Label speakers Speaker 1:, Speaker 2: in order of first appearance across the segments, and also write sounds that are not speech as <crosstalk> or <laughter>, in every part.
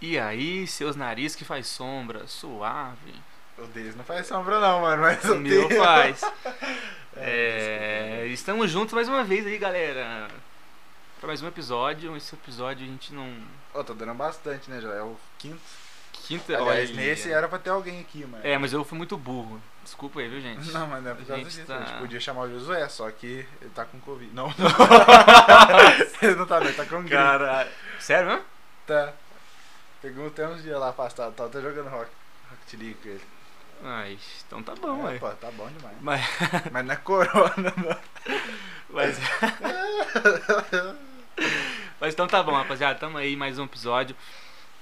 Speaker 1: E aí, seus nariz que faz sombra,
Speaker 2: <laughs>
Speaker 1: suave.
Speaker 2: O deles não faz sombra não, mano, mas
Speaker 1: O
Speaker 2: o
Speaker 1: meu
Speaker 2: teu- <laughs>
Speaker 1: faz. É, estamos juntos mais uma vez aí, galera. Pra mais um episódio. Esse episódio a gente não.
Speaker 2: Ô, tá dando bastante, né, já é o quinto.
Speaker 1: Quinta.
Speaker 2: Aliás,
Speaker 1: olha.
Speaker 2: nesse é- era pra ter alguém aqui, mano.
Speaker 1: É, mas eu fui muito burro. Desculpa aí, viu, gente?
Speaker 2: Não, mas não é por
Speaker 1: A
Speaker 2: causa
Speaker 1: gente
Speaker 2: disso.
Speaker 1: tá-
Speaker 2: A gente podia chamar o Josué, só que ele tá com Covid. Não, não.
Speaker 1: <laughs>
Speaker 2: ele não tá, não, ele tá com gripe.
Speaker 1: Cara. <laughs> Sério, né?
Speaker 2: Tá. Pegou até uns dias lá afastado, tava até jogando rock. Rocket League com ele.
Speaker 1: Ai, então tá bom,
Speaker 2: é,
Speaker 1: ué.
Speaker 2: pô, tá bom demais.
Speaker 1: Mas.
Speaker 2: <laughs> Mas não é corona, não. <laughs>
Speaker 1: Mas... Mas então tá bom, rapaziada. Tamo aí mais um episódio.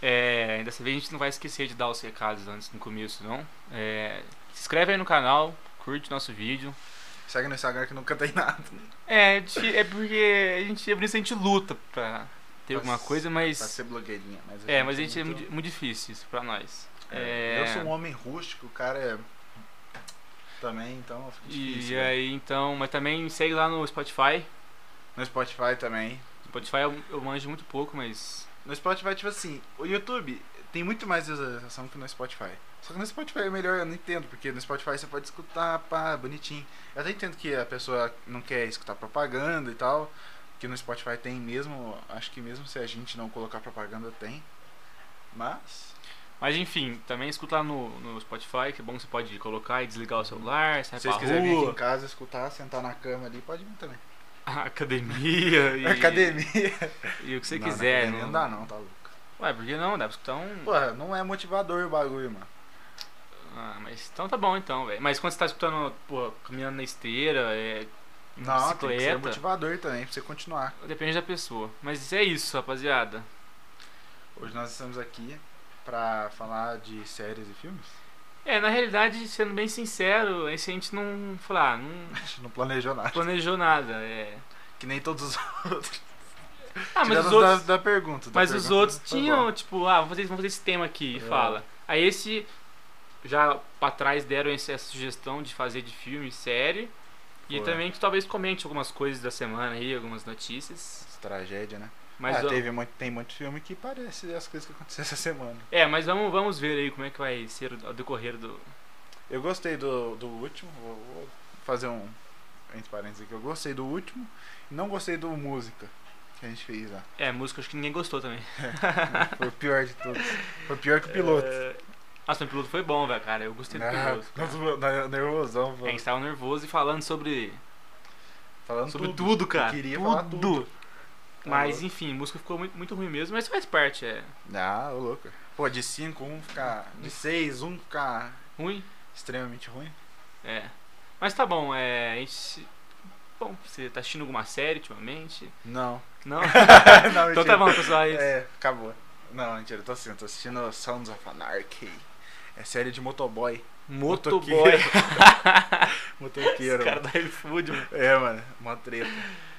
Speaker 1: É, dessa vez a gente não vai esquecer de dar os recados antes no começo, não. É, se inscreve aí no canal, curte nosso vídeo.
Speaker 2: Segue no Instagram que nunca tem nada.
Speaker 1: É, a gente- é porque a gente, é por isso que a gente luta pra ter alguma coisa,
Speaker 2: Pra
Speaker 1: mas.
Speaker 2: ser blogueirinha. Mas
Speaker 1: É, mas a gente é
Speaker 2: muito-
Speaker 1: muito, muito difícil isso pra nós.
Speaker 2: É,
Speaker 1: É,
Speaker 2: Eu sou um homem rústico, o cara é. Também, então fica
Speaker 1: E
Speaker 2: difícil.
Speaker 1: aí então, mas também segue lá no Spotify.
Speaker 2: No Spotify também.
Speaker 1: Spotify eu, eu manjo muito pouco, mas.
Speaker 2: No Spotify, tipo assim, o YouTube tem muito mais visualização que no Spotify. Só que no Spotify é melhor, eu não entendo, porque no Spotify você pode escutar, pá, bonitinho. Eu até entendo que a pessoa não quer escutar propaganda e tal, que no Spotify tem mesmo, acho que mesmo se a gente não colocar propaganda, tem. Mas,
Speaker 1: Mas enfim, também escuta lá no, no Spotify, que é bom que você pode colocar e desligar o celular,
Speaker 2: se
Speaker 1: sai
Speaker 2: vocês
Speaker 1: É pra
Speaker 2: quiserem vir aqui em
Speaker 1: rua,
Speaker 2: casa, escutar, sentar na cama ali, pode vir também.
Speaker 1: a <laughs> academia e,
Speaker 2: <laughs> Academia.
Speaker 1: e o que você
Speaker 2: Não, na
Speaker 1: quiser.
Speaker 2: academia Não dá não, tá louco.
Speaker 1: Ué, por que não? Dá pra escutar um...
Speaker 2: Porra, não é motivador o bagulho, mano.
Speaker 1: Ah, mas então tá bom então, velho. Mas quando você tá escutando, pô, caminhando na esteira, é...
Speaker 2: Não, tem que ser
Speaker 1: bicicleta,
Speaker 2: motivador também, pra você continuar.
Speaker 1: depende da pessoa. Mas é isso, rapaziada.
Speaker 2: Hoje nós estamos aqui pra falar de séries e filmes.
Speaker 1: É, na realidade, sendo bem sincero, esse a gente não, falar, não
Speaker 2: A gente não planejou nada.
Speaker 1: planejou nada, é...
Speaker 2: Que nem todos os <laughs> outros.
Speaker 1: Ah, mas
Speaker 2: Tirando
Speaker 1: os outros...
Speaker 2: da, da pergunta. da
Speaker 1: Mas os
Speaker 2: pergunta
Speaker 1: outros
Speaker 2: foi
Speaker 1: tinham,
Speaker 2: bom.
Speaker 1: tipo, ah, vamos fazer, vamos fazer esse tema aqui, e
Speaker 2: É.
Speaker 1: fala. Aí esse, já pra trás deram esse- essa sugestão de fazer de filme, série. E
Speaker 2: Foi.
Speaker 1: também que talvez comente algumas coisas da semana aí, algumas notícias.
Speaker 2: Tragédia, né?
Speaker 1: Mas
Speaker 2: ah,
Speaker 1: va-
Speaker 2: teve muito, tem muito filme que parece as coisas que aconteceram essa semana.
Speaker 1: É, mas vamos, vamos ver aí como é que vai ser o o decorrer do.
Speaker 2: Eu gostei do, do último. Vou, vou fazer um. Entre parênteses aqui. Eu gostei do último. Não gostei do música que a gente fez lá.
Speaker 1: É, música acho que ninguém gostou também.
Speaker 2: Foi o pior de todos. Foi pior que o piloto. Ah,
Speaker 1: É... Nossa, o piloto foi bom, velho, cara. Eu gostei do piloto. né? É, cara.
Speaker 2: Não, na, nervosão,
Speaker 1: A gente tava nervoso e falando sobre.
Speaker 2: falando
Speaker 1: Sobre tudo,
Speaker 2: tudo.
Speaker 1: cara.
Speaker 2: queria
Speaker 1: tudo.
Speaker 2: falar tudo. Tá
Speaker 1: Mas
Speaker 2: louco.
Speaker 1: enfim, música ficou muito, muito ruim mesmo, mas faz parte, é.
Speaker 2: Ah, ô louco. Pô, de 5, um ficar. De 6, um ficar
Speaker 1: Ruim.
Speaker 2: extremamente ruim.
Speaker 1: É. Mas tá bom, é. A gente. Bom, você tá assistindo alguma série ultimamente? <laughs>
Speaker 2: Não. <laughs>
Speaker 1: Não?
Speaker 2: Não,
Speaker 1: então tá
Speaker 2: mentira.
Speaker 1: bom, pessoal. É, isso.
Speaker 2: É, acabou. Não, mentira, eu tô assistindo. Tô assistindo Sounds of Anarchy. É série de motoboy.
Speaker 1: Motoboy. <laughs>
Speaker 2: Motoqueiro. Motoqueiro.
Speaker 1: Esse cara tá da iFood, mano.
Speaker 2: É, mano, uma treta.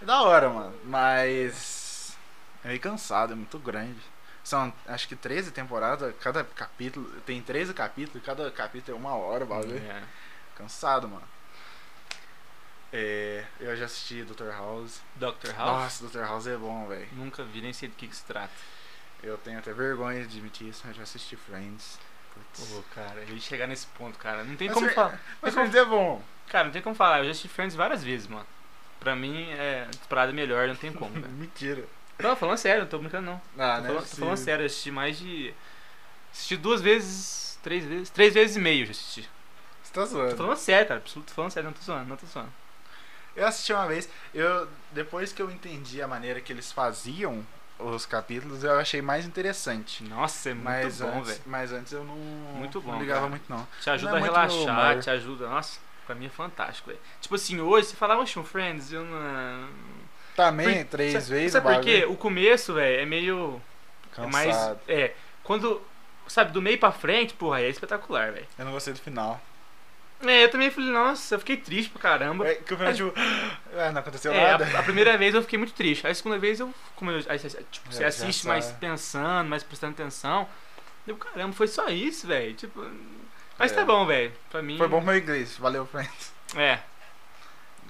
Speaker 2: Da hora, mano, mas. É meio cansado, é muito grande. São, acho que 13 temporadas, cada capítulo. Tem 13 capítulos, cada capítulo é uma hora, o bagulho.
Speaker 1: É.
Speaker 2: Cansado, mano. É, eu já assisti Dr. House.
Speaker 1: Dr. House?
Speaker 2: Nossa, Dr. House é bom, velho.
Speaker 1: Nunca vi, nem sei do que, que se trata.
Speaker 2: Eu tenho até vergonha de admitir isso, mas eu já assisti Friends. Putz.
Speaker 1: Ô, cara, ele chegar nesse ponto, cara. Não tem
Speaker 2: Mas
Speaker 1: como
Speaker 2: Fri-
Speaker 1: falar.
Speaker 2: Mas
Speaker 1: como-
Speaker 2: Friends é bom.
Speaker 1: Cara, não tem como falar. Eu já assisti Friends várias vezes, mano. Pra mim, é parada melhor, não tem como, velho.
Speaker 2: Mentira.
Speaker 1: Não, falando sério, não tô brincando, não.
Speaker 2: Ah,
Speaker 1: Tô
Speaker 2: né?
Speaker 1: falando, tô falando sério, eu assisti mais de. Assisti duas vezes, três vezes, três vezes e meio eu já assisti.
Speaker 2: Você tá
Speaker 1: Tô
Speaker 2: zoando.
Speaker 1: falando sério, cara. Tô falando sério, não tô zoando, não tô zoando.
Speaker 2: Eu assisti uma vez, eu depois que eu entendi a maneira que eles faziam os capítulos, eu achei mais interessante.
Speaker 1: Nossa, é muito
Speaker 2: mas,
Speaker 1: bom,
Speaker 2: antes,
Speaker 1: velho.
Speaker 2: mas antes eu não,
Speaker 1: Muito bom,
Speaker 2: não ligava
Speaker 1: cara.
Speaker 2: muito não.
Speaker 1: Te ajuda
Speaker 2: Não é
Speaker 1: a
Speaker 2: muito meu
Speaker 1: relaxar,
Speaker 2: humor.
Speaker 1: te ajuda. Nossa, pra mim é fantástico, velho. Tipo assim, hoje você fala, oxe, um Friends, eu não.
Speaker 2: Também
Speaker 1: Por-
Speaker 2: três
Speaker 1: sabe,
Speaker 2: vezes
Speaker 1: Sabe
Speaker 2: o
Speaker 1: por quê?
Speaker 2: bagulho.
Speaker 1: O começo, velho, é meio. É
Speaker 2: Cansado.
Speaker 1: mais. É. Quando. Sabe, do meio pra frente, porra, aí é espetacular, velho.
Speaker 2: Eu não gostei do final.
Speaker 1: É, eu também falei, nossa, eu fiquei triste pra caramba.
Speaker 2: É, que o final tipo,
Speaker 1: <laughs>
Speaker 2: ah, não aconteceu
Speaker 1: É,
Speaker 2: nada.
Speaker 1: a, a primeira vez eu fiquei muito triste. Aí a segunda vez eu. Como eu aí você, tipo,
Speaker 2: É,
Speaker 1: você
Speaker 2: já
Speaker 1: assiste
Speaker 2: sabe.
Speaker 1: mais pensando, mais prestando atenção. Deu, caramba, foi só isso, velho. Tipo. Mas
Speaker 2: É.
Speaker 1: tá bom, velho. Pra mim.
Speaker 2: <laughs> Foi bom pro meu inglês, valeu, friends.
Speaker 1: É.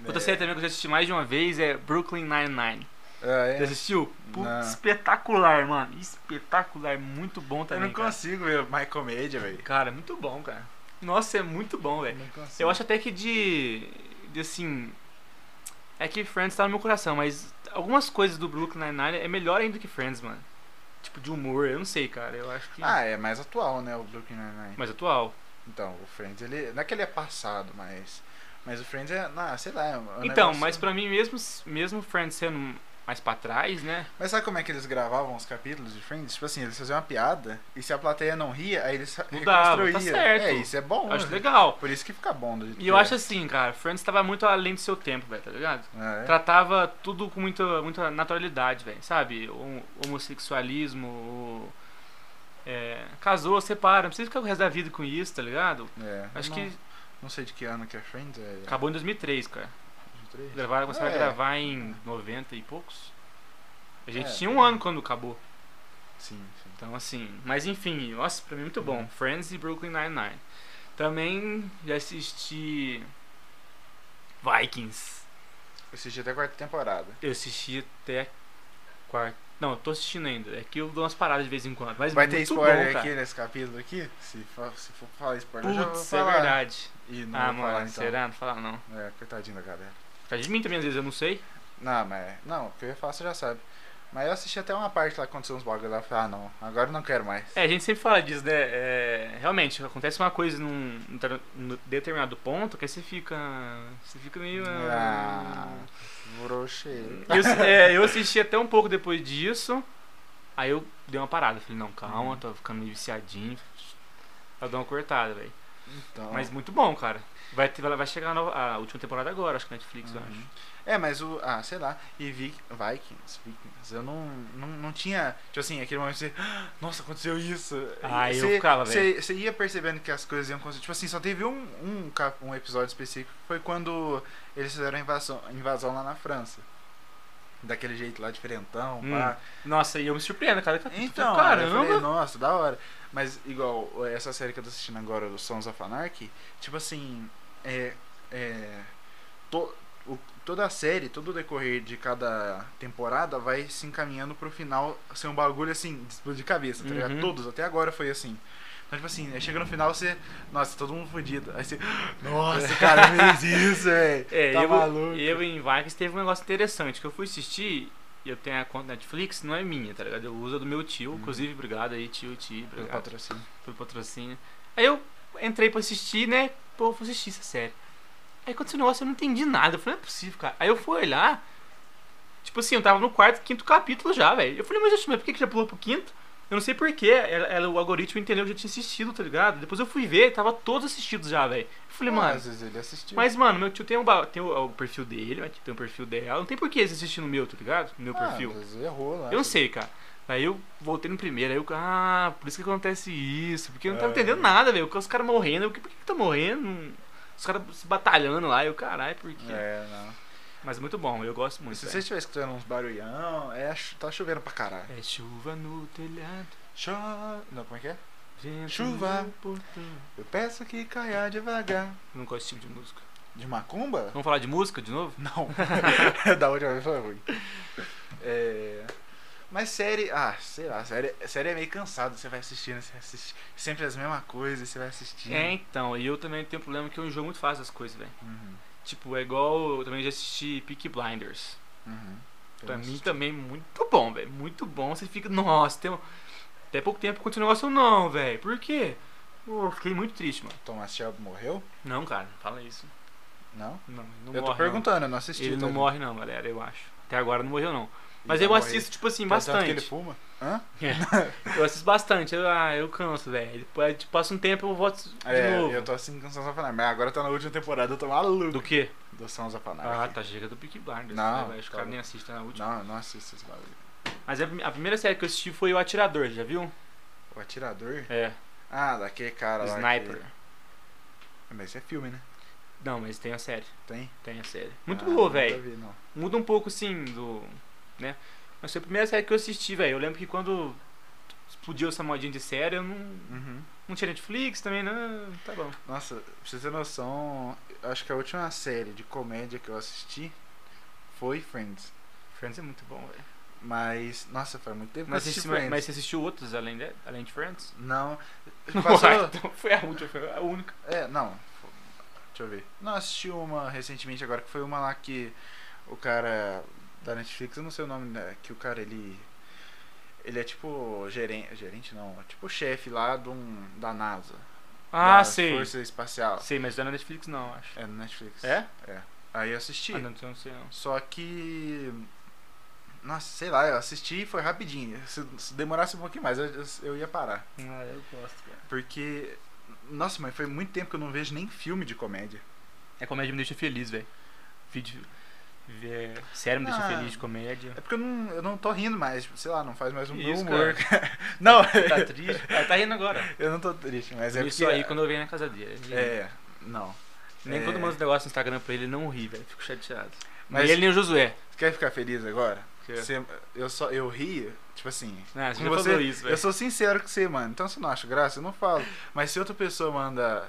Speaker 1: Outra
Speaker 2: É.
Speaker 1: série também que eu já assisti mais de uma vez é Brooklyn Nine-Nine.
Speaker 2: Ah, é.
Speaker 1: Já assistiu? Putz,
Speaker 2: Não.
Speaker 1: espetacular, mano. Espetacular. Muito bom
Speaker 2: Eu
Speaker 1: também.
Speaker 2: não consigo ver mais comédia, velho.
Speaker 1: Cara. cara, muito bom, cara. Nossa, é muito bom, velho.
Speaker 2: Não consigo.
Speaker 1: Eu acho até que de. de assim. É que Friends tá no meu coração, mas algumas coisas do Brooklyn Nine-Nine é melhor ainda que Friends, mano. Tipo, de humor, eu não sei, cara. Eu acho que.
Speaker 2: Ah, é mais atual, né, o Brooklyn Nine-Nine.
Speaker 1: Mais atual.
Speaker 2: Então, o Friends, ele... Não é que ele é passado, mas... Mas o Friends é... Ah, sei lá, é um é um
Speaker 1: então,
Speaker 2: negócio-
Speaker 1: mas pra mim, mesmo, mesmo Friends sendo mais pra trás, né?
Speaker 2: Mas sabe como é que eles gravavam os capítulos de Friends? Tipo assim, eles faziam uma piada, e se a plateia não ria, aí eles
Speaker 1: Mudava, tá
Speaker 2: reconstruíam.
Speaker 1: certo.
Speaker 2: É, isso é bom,
Speaker 1: Eu acho
Speaker 2: né?
Speaker 1: legal.
Speaker 2: Por isso que fica bom do jeito
Speaker 1: E
Speaker 2: que
Speaker 1: eu
Speaker 2: é.
Speaker 1: acho assim, cara, Friends tava muito além do seu tempo, velho, tá ligado?
Speaker 2: Ah, é?
Speaker 1: Tratava tudo com muita, muita naturalidade, velho, sabe? O homossexualismo, o, é, casou, separa, não precisa ficar o resto da vida com isso, tá ligado?
Speaker 2: É,
Speaker 1: Acho
Speaker 2: não,
Speaker 1: que
Speaker 2: Não sei de que ano que é Friends. É...
Speaker 1: acabou em 2003, cara.
Speaker 2: 23?
Speaker 1: Gravaram, começaram
Speaker 2: É.
Speaker 1: a gravar em 90 e poucos. A gente
Speaker 2: É,
Speaker 1: tinha um
Speaker 2: por aí.
Speaker 1: ano quando acabou.
Speaker 2: Sim, sim.
Speaker 1: Então, assim, mas enfim, nossa, pra mim é muito bom.
Speaker 2: Uhum.
Speaker 1: Friends e Brooklyn Nine-Nine. Também já assisti Vikings.
Speaker 2: Eu assisti até a quarta temporada.
Speaker 1: Eu assisti até quarta. Não, eu tô assistindo ainda. É que eu dou umas paradas de vez em quando. Mas
Speaker 2: Vai
Speaker 1: É muito
Speaker 2: ter spoiler
Speaker 1: bom, cara.
Speaker 2: aqui nesse capítulo aqui? Se for, se for falar spoiler, eu já vou
Speaker 1: Putz, é
Speaker 2: falar.
Speaker 1: verdade.
Speaker 2: Ih, não
Speaker 1: ah,
Speaker 2: vou
Speaker 1: mano,
Speaker 2: falar, então.
Speaker 1: será? Não fala não.
Speaker 2: É, coitadinho da galera.
Speaker 1: Tá de mim também, às vezes, eu não sei.
Speaker 2: Não, mas... Não, o que eu ia falar você já sabe. Mas eu assisti até uma parte lá, aconteceu uns bagulho lá. eu Falei, ah, não, agora eu não quero mais.
Speaker 1: É, a gente sempre fala disso, né? É, realmente, acontece uma coisa num, num ter- num determinado ponto que aí você fica. Você fica meio.
Speaker 2: Ah, brochei.
Speaker 1: Eu, é, eu assisti até um pouco depois disso. Aí eu dei uma parada. Falei, não, calma,
Speaker 2: Uhum.
Speaker 1: tô ficando meio viciadinho. Eu dou uma cortada, velho.
Speaker 2: Então...
Speaker 1: Mas muito bom, cara. Vai, ter- vai chegar a, nova- a última temporada agora, acho que Netflix, eu
Speaker 2: Uhum.
Speaker 1: acho.
Speaker 2: É, mas o. Ah, sei lá. E Vi- Vikings, Vikings. Eu não, não, não tinha. Tipo assim, aquele momento que você. "Ah, Nossa, aconteceu isso.
Speaker 1: Ah,
Speaker 2: E
Speaker 1: eu
Speaker 2: você-
Speaker 1: ficava,
Speaker 2: você- Você ia percebendo que as coisas iam acontecer. Tipo assim, só teve um, um, cap- um episódio específico que foi quando eles fizeram a invasão, a invasão lá na França. Daquele jeito lá, diferentão.
Speaker 1: Hum.
Speaker 2: pá.
Speaker 1: Nossa, e eu me surpreendo, cara. Eu falei,
Speaker 2: Então, eu falei,
Speaker 1: caramba!
Speaker 2: nossa, da hora. Mas igual essa série que eu tô assistindo agora, do Sons of Anarchy, tipo assim, é, é, to- o- toda a série, todo o decorrer de cada temporada vai se encaminhando pro final ser um bagulho assim, de explodir cabeça, tá ligado?
Speaker 1: Uhum.
Speaker 2: Todos, até agora foi assim. Então, tipo assim, aí chega no final você. Nossa, todo mundo fudido. Aí você. <gasps> Nossa,
Speaker 1: <laughs>
Speaker 2: o cara fez isso, velho.
Speaker 1: É,
Speaker 2: tá
Speaker 1: eu,
Speaker 2: maluco.
Speaker 1: eu em Vikings teve um negócio interessante que eu fui assistir. e Eu tenho a conta Netflix, não é minha, tá ligado? Eu uso a do meu tio,
Speaker 2: Uhum.
Speaker 1: inclusive, obrigado aí, tio, tio,
Speaker 2: Pelo
Speaker 1: obrigado
Speaker 2: patrocínio.
Speaker 1: pelo patrocínio. Aí eu entrei pra assistir, né? Pô, vou assistir essa série. Aí aconteceu um negócio, eu não entendi nada. Eu falei, não é possível, cara. Aí eu fui olhar. Tipo assim, eu tava no quarto, quinto capítulo já, velho. Eu falei, mas, gente, mas por que que já pulou pro quinto? Eu não sei porquê. Ela, ela- o algoritmo entendeu que eu já tinha assistido, tá ligado? Depois eu fui ver, tava todos assistidos já, velho. Eu falei,
Speaker 2: Ah,
Speaker 1: mano.
Speaker 2: Às vezes ele assistiu.
Speaker 1: Mas, mano, meu tio tem, um, ba- tem o, o perfil dele, meu tio tem o perfil dela. Não tem porquê eles assistir no meu, tá ligado? No meu
Speaker 2: Ah,
Speaker 1: perfil.
Speaker 2: às vezes errou lá. tá
Speaker 1: Eu não sei, cara. Aí eu voltei no primeiro, aí eu. Ah, por isso que acontece isso. Porque eu não tava
Speaker 2: É.
Speaker 1: entendendo nada, velho. Os caras morrendo, eu, por que, que tá morrendo? Não- Os caras se batalhando lá, eu, caralho, por quê?
Speaker 2: É, não.
Speaker 1: Mas muito bom, eu gosto muito.
Speaker 2: Se
Speaker 1: velho.
Speaker 2: você estiver escutando uns barulhão, é, chu- tá chovendo pra caralho.
Speaker 1: É chuva no telhado,
Speaker 2: Chova. Não, como é que é?
Speaker 1: vento
Speaker 2: Chuva.
Speaker 1: no portão.
Speaker 2: Eu peço que caia devagar.
Speaker 1: Eu não gosto desse tipo de música.
Speaker 2: De macumba?
Speaker 1: Vamos falar de música de novo?
Speaker 2: Não. <laughs> da última vez foi ruim. É, Mas série. Ah, sei lá, série, série é meio cansado. Você vai assistindo, você assiste sempre as mesmas coisas, você vai assistindo.
Speaker 1: É, então. E eu também tenho um problema que eu enjoo muito fácil das coisas, velho.
Speaker 2: Uhum,
Speaker 1: Tipo, é igual eu também já assisti Peaky Blinders.
Speaker 2: uhum.
Speaker 1: Pra
Speaker 2: Eu
Speaker 1: mim
Speaker 2: assisti.
Speaker 1: também é muito bom, velho. Muito bom. Você fica, nossa, tem um... até pouco tempo com esse negócio não, velho. Por quê? Pô, eu fiquei muito triste, mano.
Speaker 2: Thomas Shelby morreu?
Speaker 1: Não, cara, fala isso.
Speaker 2: Não?
Speaker 1: Não, ele não
Speaker 2: eu
Speaker 1: morre.
Speaker 2: tô perguntando, eu não
Speaker 1: não.
Speaker 2: assisti.
Speaker 1: Ele não
Speaker 2: tá?
Speaker 1: morre não, galera, eu acho. Até agora não morreu não.
Speaker 2: Ele Tá,
Speaker 1: Mas
Speaker 2: vai
Speaker 1: eu
Speaker 2: morrer.
Speaker 1: assisto, tipo assim,
Speaker 2: Tanto que ele
Speaker 1: bastante.
Speaker 2: fuma? Hã?
Speaker 1: Eu assisto bastante. Eu, ah, eu canso, velho. Depois tipo, passa um tempo eu volto de
Speaker 2: É,
Speaker 1: novo.
Speaker 2: eu tô assim com Sons of Anarchy, mas agora tá na última temporada, eu tô maluco.
Speaker 1: Do quê?
Speaker 2: Do Sons of Anarchy.
Speaker 1: Ah, tá, chega do Peaky Blinders.
Speaker 2: Não,
Speaker 1: né, velho? Os
Speaker 2: tá
Speaker 1: caras
Speaker 2: bom.
Speaker 1: nem assistem na última.
Speaker 2: Não, eu não assisto esse bagulho.
Speaker 1: Mas a a primeira série que eu assisti foi O Atirador, já viu?
Speaker 2: O atirador?
Speaker 1: É,
Speaker 2: Ah, daquele cara lá.
Speaker 1: Sniper.
Speaker 2: que- Mas isso é filme, né?
Speaker 1: Não, mas tem a série.
Speaker 2: Tem?
Speaker 1: Tem a série. Muito
Speaker 2: ah,
Speaker 1: boa,
Speaker 2: nunca
Speaker 1: velho.
Speaker 2: vi, não.
Speaker 1: muda um pouco sim do. né? Mas foi a primeira série que eu assisti, velho. Eu lembro que quando explodiu essa modinha de série, eu não.
Speaker 2: Uhum.
Speaker 1: Não tinha Netflix também, não. Tá bom.
Speaker 2: Nossa, pra você ter noção, acho que a última série de comédia que eu assisti foi Friends.
Speaker 1: Friends é muito bom, velho.
Speaker 2: Mas, nossa, faz muito tempo que eu
Speaker 1: Mas,
Speaker 2: assisti
Speaker 1: você-
Speaker 2: Friends.
Speaker 1: mas você assistiu outros além de, além de <laughs> Friends?
Speaker 2: Não.
Speaker 1: Uai,
Speaker 2: Passou...
Speaker 1: então foi a última, foi a única.
Speaker 2: É, não. Deixa eu ver. Não, assisti uma recentemente agora, que foi uma lá que o cara da Netflix, eu não sei o nome, né, que o cara, ele... Ele é tipo gerente, gerente não, tipo chefe lá de um, da NASA.
Speaker 1: Ah,
Speaker 2: da
Speaker 1: sei.
Speaker 2: Força Espacial.
Speaker 1: Sei, mas não é na Netflix não, acho.
Speaker 2: É, no Netflix.
Speaker 1: É?
Speaker 2: É. Aí eu assisti.
Speaker 1: Ah, não, então não sei não.
Speaker 2: Só que. Nossa, sei lá, eu assisti e foi rapidinho. Se, se demorasse um pouquinho mais, eu, eu- eu ia parar.
Speaker 1: Ah, eu gosto, cara.
Speaker 2: Porque. Nossa, mas foi muito tempo que eu não vejo nem filme de comédia.
Speaker 1: É comédia me deixa feliz, velho. Vídeo. É, sério me deixa
Speaker 2: Ah.
Speaker 1: feliz, comédia.
Speaker 2: É porque eu não, eu não tô rindo mais, tipo, sei lá, não faz mais um meu
Speaker 1: Isso,
Speaker 2: humor.
Speaker 1: <laughs>
Speaker 2: não,
Speaker 1: Tá triste. Ah, tá rindo agora.
Speaker 2: <laughs> eu não tô triste, mas é
Speaker 1: Isso
Speaker 2: porque-
Speaker 1: aí quando eu venho na casa dele.
Speaker 2: É, não.
Speaker 1: Nem
Speaker 2: é.
Speaker 1: quando eu mando negócio no Instagram pra ele, ele não ri, velho. Fico chateado.
Speaker 2: Mas
Speaker 1: Mas ele É. nem o Josué.
Speaker 2: quer ficar feliz agora?
Speaker 1: Que...
Speaker 2: Você- eu só eu ri, tipo assim.
Speaker 1: Ah, você
Speaker 2: com
Speaker 1: já falou isso, velho.
Speaker 2: Eu sou sincero com você, mano. Então se eu não acho graça, eu não falo. Mas se outra pessoa manda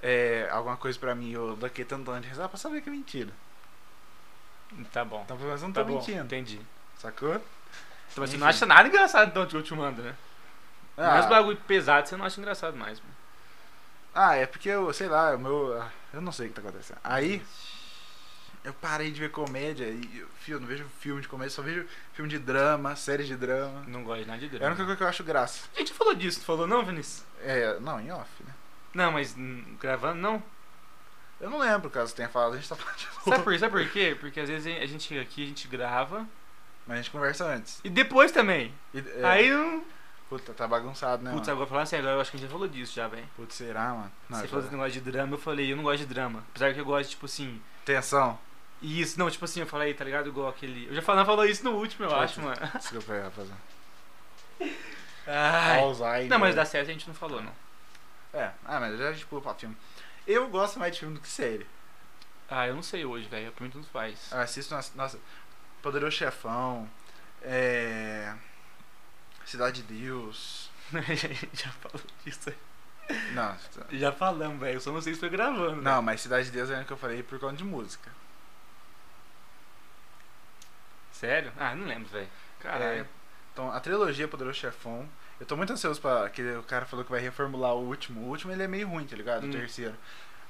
Speaker 2: é, alguma coisa pra mim, eu daqui tanto tanto de rezar pra saber que é mentira.
Speaker 1: Tá bom.
Speaker 2: Então pelo menos eu não
Speaker 1: Tá
Speaker 2: tô
Speaker 1: bom,
Speaker 2: mentindo.
Speaker 1: entendi.
Speaker 2: Sacou?
Speaker 1: Então, mas você
Speaker 2: Enfim.
Speaker 1: não acha nada engraçado então que eu te mando, né?
Speaker 2: Ah,
Speaker 1: Mas bagulho pesado você não acha engraçado mais, mano.
Speaker 2: ah, é porque eu, sei lá, o meu. ah, Eu não sei o que tá acontecendo. Aí. Eu parei de ver comédia e eu, fio, eu não vejo filme de comédia, só vejo filme de drama, série de drama.
Speaker 1: Não gosto de nada de
Speaker 2: É a
Speaker 1: drama.
Speaker 2: única coisa que eu acho graça.
Speaker 1: A gente já falou disso, não falou não, Vinícius?
Speaker 2: É, não, em off, né?
Speaker 1: Não, mas hum, gravando <laughs> não.
Speaker 2: Eu não lembro caso tenha falado, a gente tá falando de novo.
Speaker 1: Sabe por, sabe por quê? Porque às vezes a gente chega aqui, a gente grava.
Speaker 2: Mas a gente conversa antes.
Speaker 1: E depois também.
Speaker 2: E, é,
Speaker 1: Aí não.
Speaker 2: Puta, tá bagunçado, né?
Speaker 1: Putz,
Speaker 2: mano?
Speaker 1: agora falando assim, agora eu acho que a gente já falou disso já, velho.
Speaker 2: Putz, será, mano? Não,
Speaker 1: Você
Speaker 2: já- é.
Speaker 1: falou desse negócio de drama, eu falei, eu não gosto de drama. Apesar que eu gosto, tipo assim.
Speaker 2: Atenção.
Speaker 1: E isso, não, tipo assim, eu falei, tá ligado? Igual aquele. Eu já falei, não falou isso no último, eu
Speaker 2: Deixa eu
Speaker 1: acho, mano.
Speaker 2: Desculpa aí, rapaziada.
Speaker 1: Ai.
Speaker 2: Alzheimer.
Speaker 1: Não, mas dá certo a gente não falou, não.
Speaker 2: É, ah, mas já a gente pula pra filme. Eu gosto mais de filme do que série.
Speaker 1: Ah, eu não sei hoje, velho. Pra mim tanto faz. <laughs>
Speaker 2: Eu assisto, nossa, nossa Poderoso Chefão, é... Cidade de Deus.
Speaker 1: já falou disso.
Speaker 2: Não,
Speaker 1: Já falamos, velho. Eu só não sei se foi gravando.
Speaker 2: não, mas Cidade de Deus é o que eu falei por conta de música.
Speaker 1: Sério? Ah, não lembro, velho. Caralho.
Speaker 2: É, então, a trilogia Poderoso Chefão. Eu tô muito ansioso pra. Que o cara falou que vai reformular o último. O último ele é meio ruim, tá ligado?
Speaker 1: Hum.
Speaker 2: O terceiro.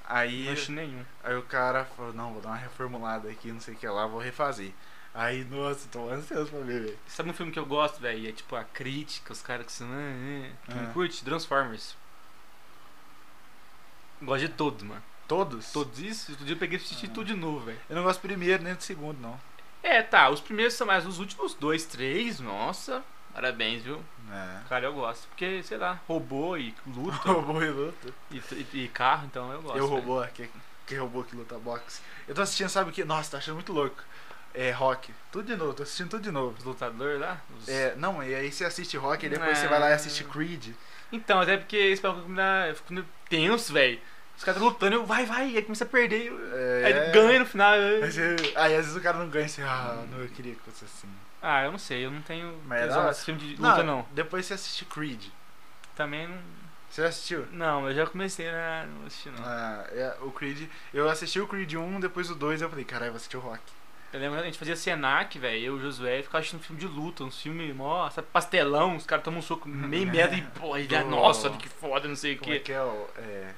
Speaker 2: Aí.
Speaker 1: Não acho nenhum.
Speaker 2: Aí o cara falou, não, vou dar uma reformulada aqui, não sei o que lá, vou refazer. Aí, nossa, tô ansioso pra ver, velho.
Speaker 1: Sabe um filme que eu gosto, velho? É tipo a crítica, os caras que são. ah, ah, que
Speaker 2: Ah.
Speaker 1: Não curte? Transformers. Gosto de todos, mano.
Speaker 2: Todos?
Speaker 1: Todos isso? Outro dia eu peguei e assisti
Speaker 2: Ah.
Speaker 1: tudo de novo, velho.
Speaker 2: Eu não gosto do primeiro nem do segundo, não.
Speaker 1: É, tá. Os primeiros são mais os últimos dois, três. Nossa. Parabéns, viu?
Speaker 2: É.
Speaker 1: Cara, eu gosto. Porque, sei lá, robô e
Speaker 2: <laughs>
Speaker 1: luta
Speaker 2: Roubou e luta.
Speaker 1: e, e- e carro, então eu gosto.
Speaker 2: Eu
Speaker 1: velho.
Speaker 2: roubou, que, que roubou que luta boxe. Eu tô assistindo, sabe o que? Nossa, tô achando muito louco. É, rock. Tudo de novo, tô assistindo tudo de novo.
Speaker 1: Os lutadores lá? Os-
Speaker 2: É, não, e aí você assiste rock e depois
Speaker 1: Ah.
Speaker 2: você vai lá e assiste Creed.
Speaker 1: Então, até porque esse bagulho me dá. Eu fico meio tenso, velho. Os caras tão lutando, eu vai, vai, aí começa a perder. eu-
Speaker 2: É,
Speaker 1: Aí ele ganha no final. eu-
Speaker 2: Aí, você- aí às vezes o cara não ganha, você, ah, não, eu queria que fosse assim.
Speaker 1: Ah, eu não sei, eu não tenho
Speaker 2: Mas é
Speaker 1: tesão
Speaker 2: da-
Speaker 1: nesse filme de luta, não.
Speaker 2: Depois você assiste Creed.
Speaker 1: Também não.
Speaker 2: Você já assistiu?
Speaker 1: Não, eu já comecei né, a não assistir, não.
Speaker 2: Ah, é, o Creed. Eu assisti o Creed 1, depois o 2, eu falei, caralho, vou assistir o Rock.
Speaker 1: Eu lembro que a gente fazia Senac, velho, eu e o Josué ficava assistindo filme de luta, uns filmes mó, sabe, pastelão, os caras tomam um soco meio merda e, pô, ele,
Speaker 2: Do-
Speaker 1: nossa, olha que foda, não sei o
Speaker 2: Como é
Speaker 1: quê.
Speaker 2: que é o. É,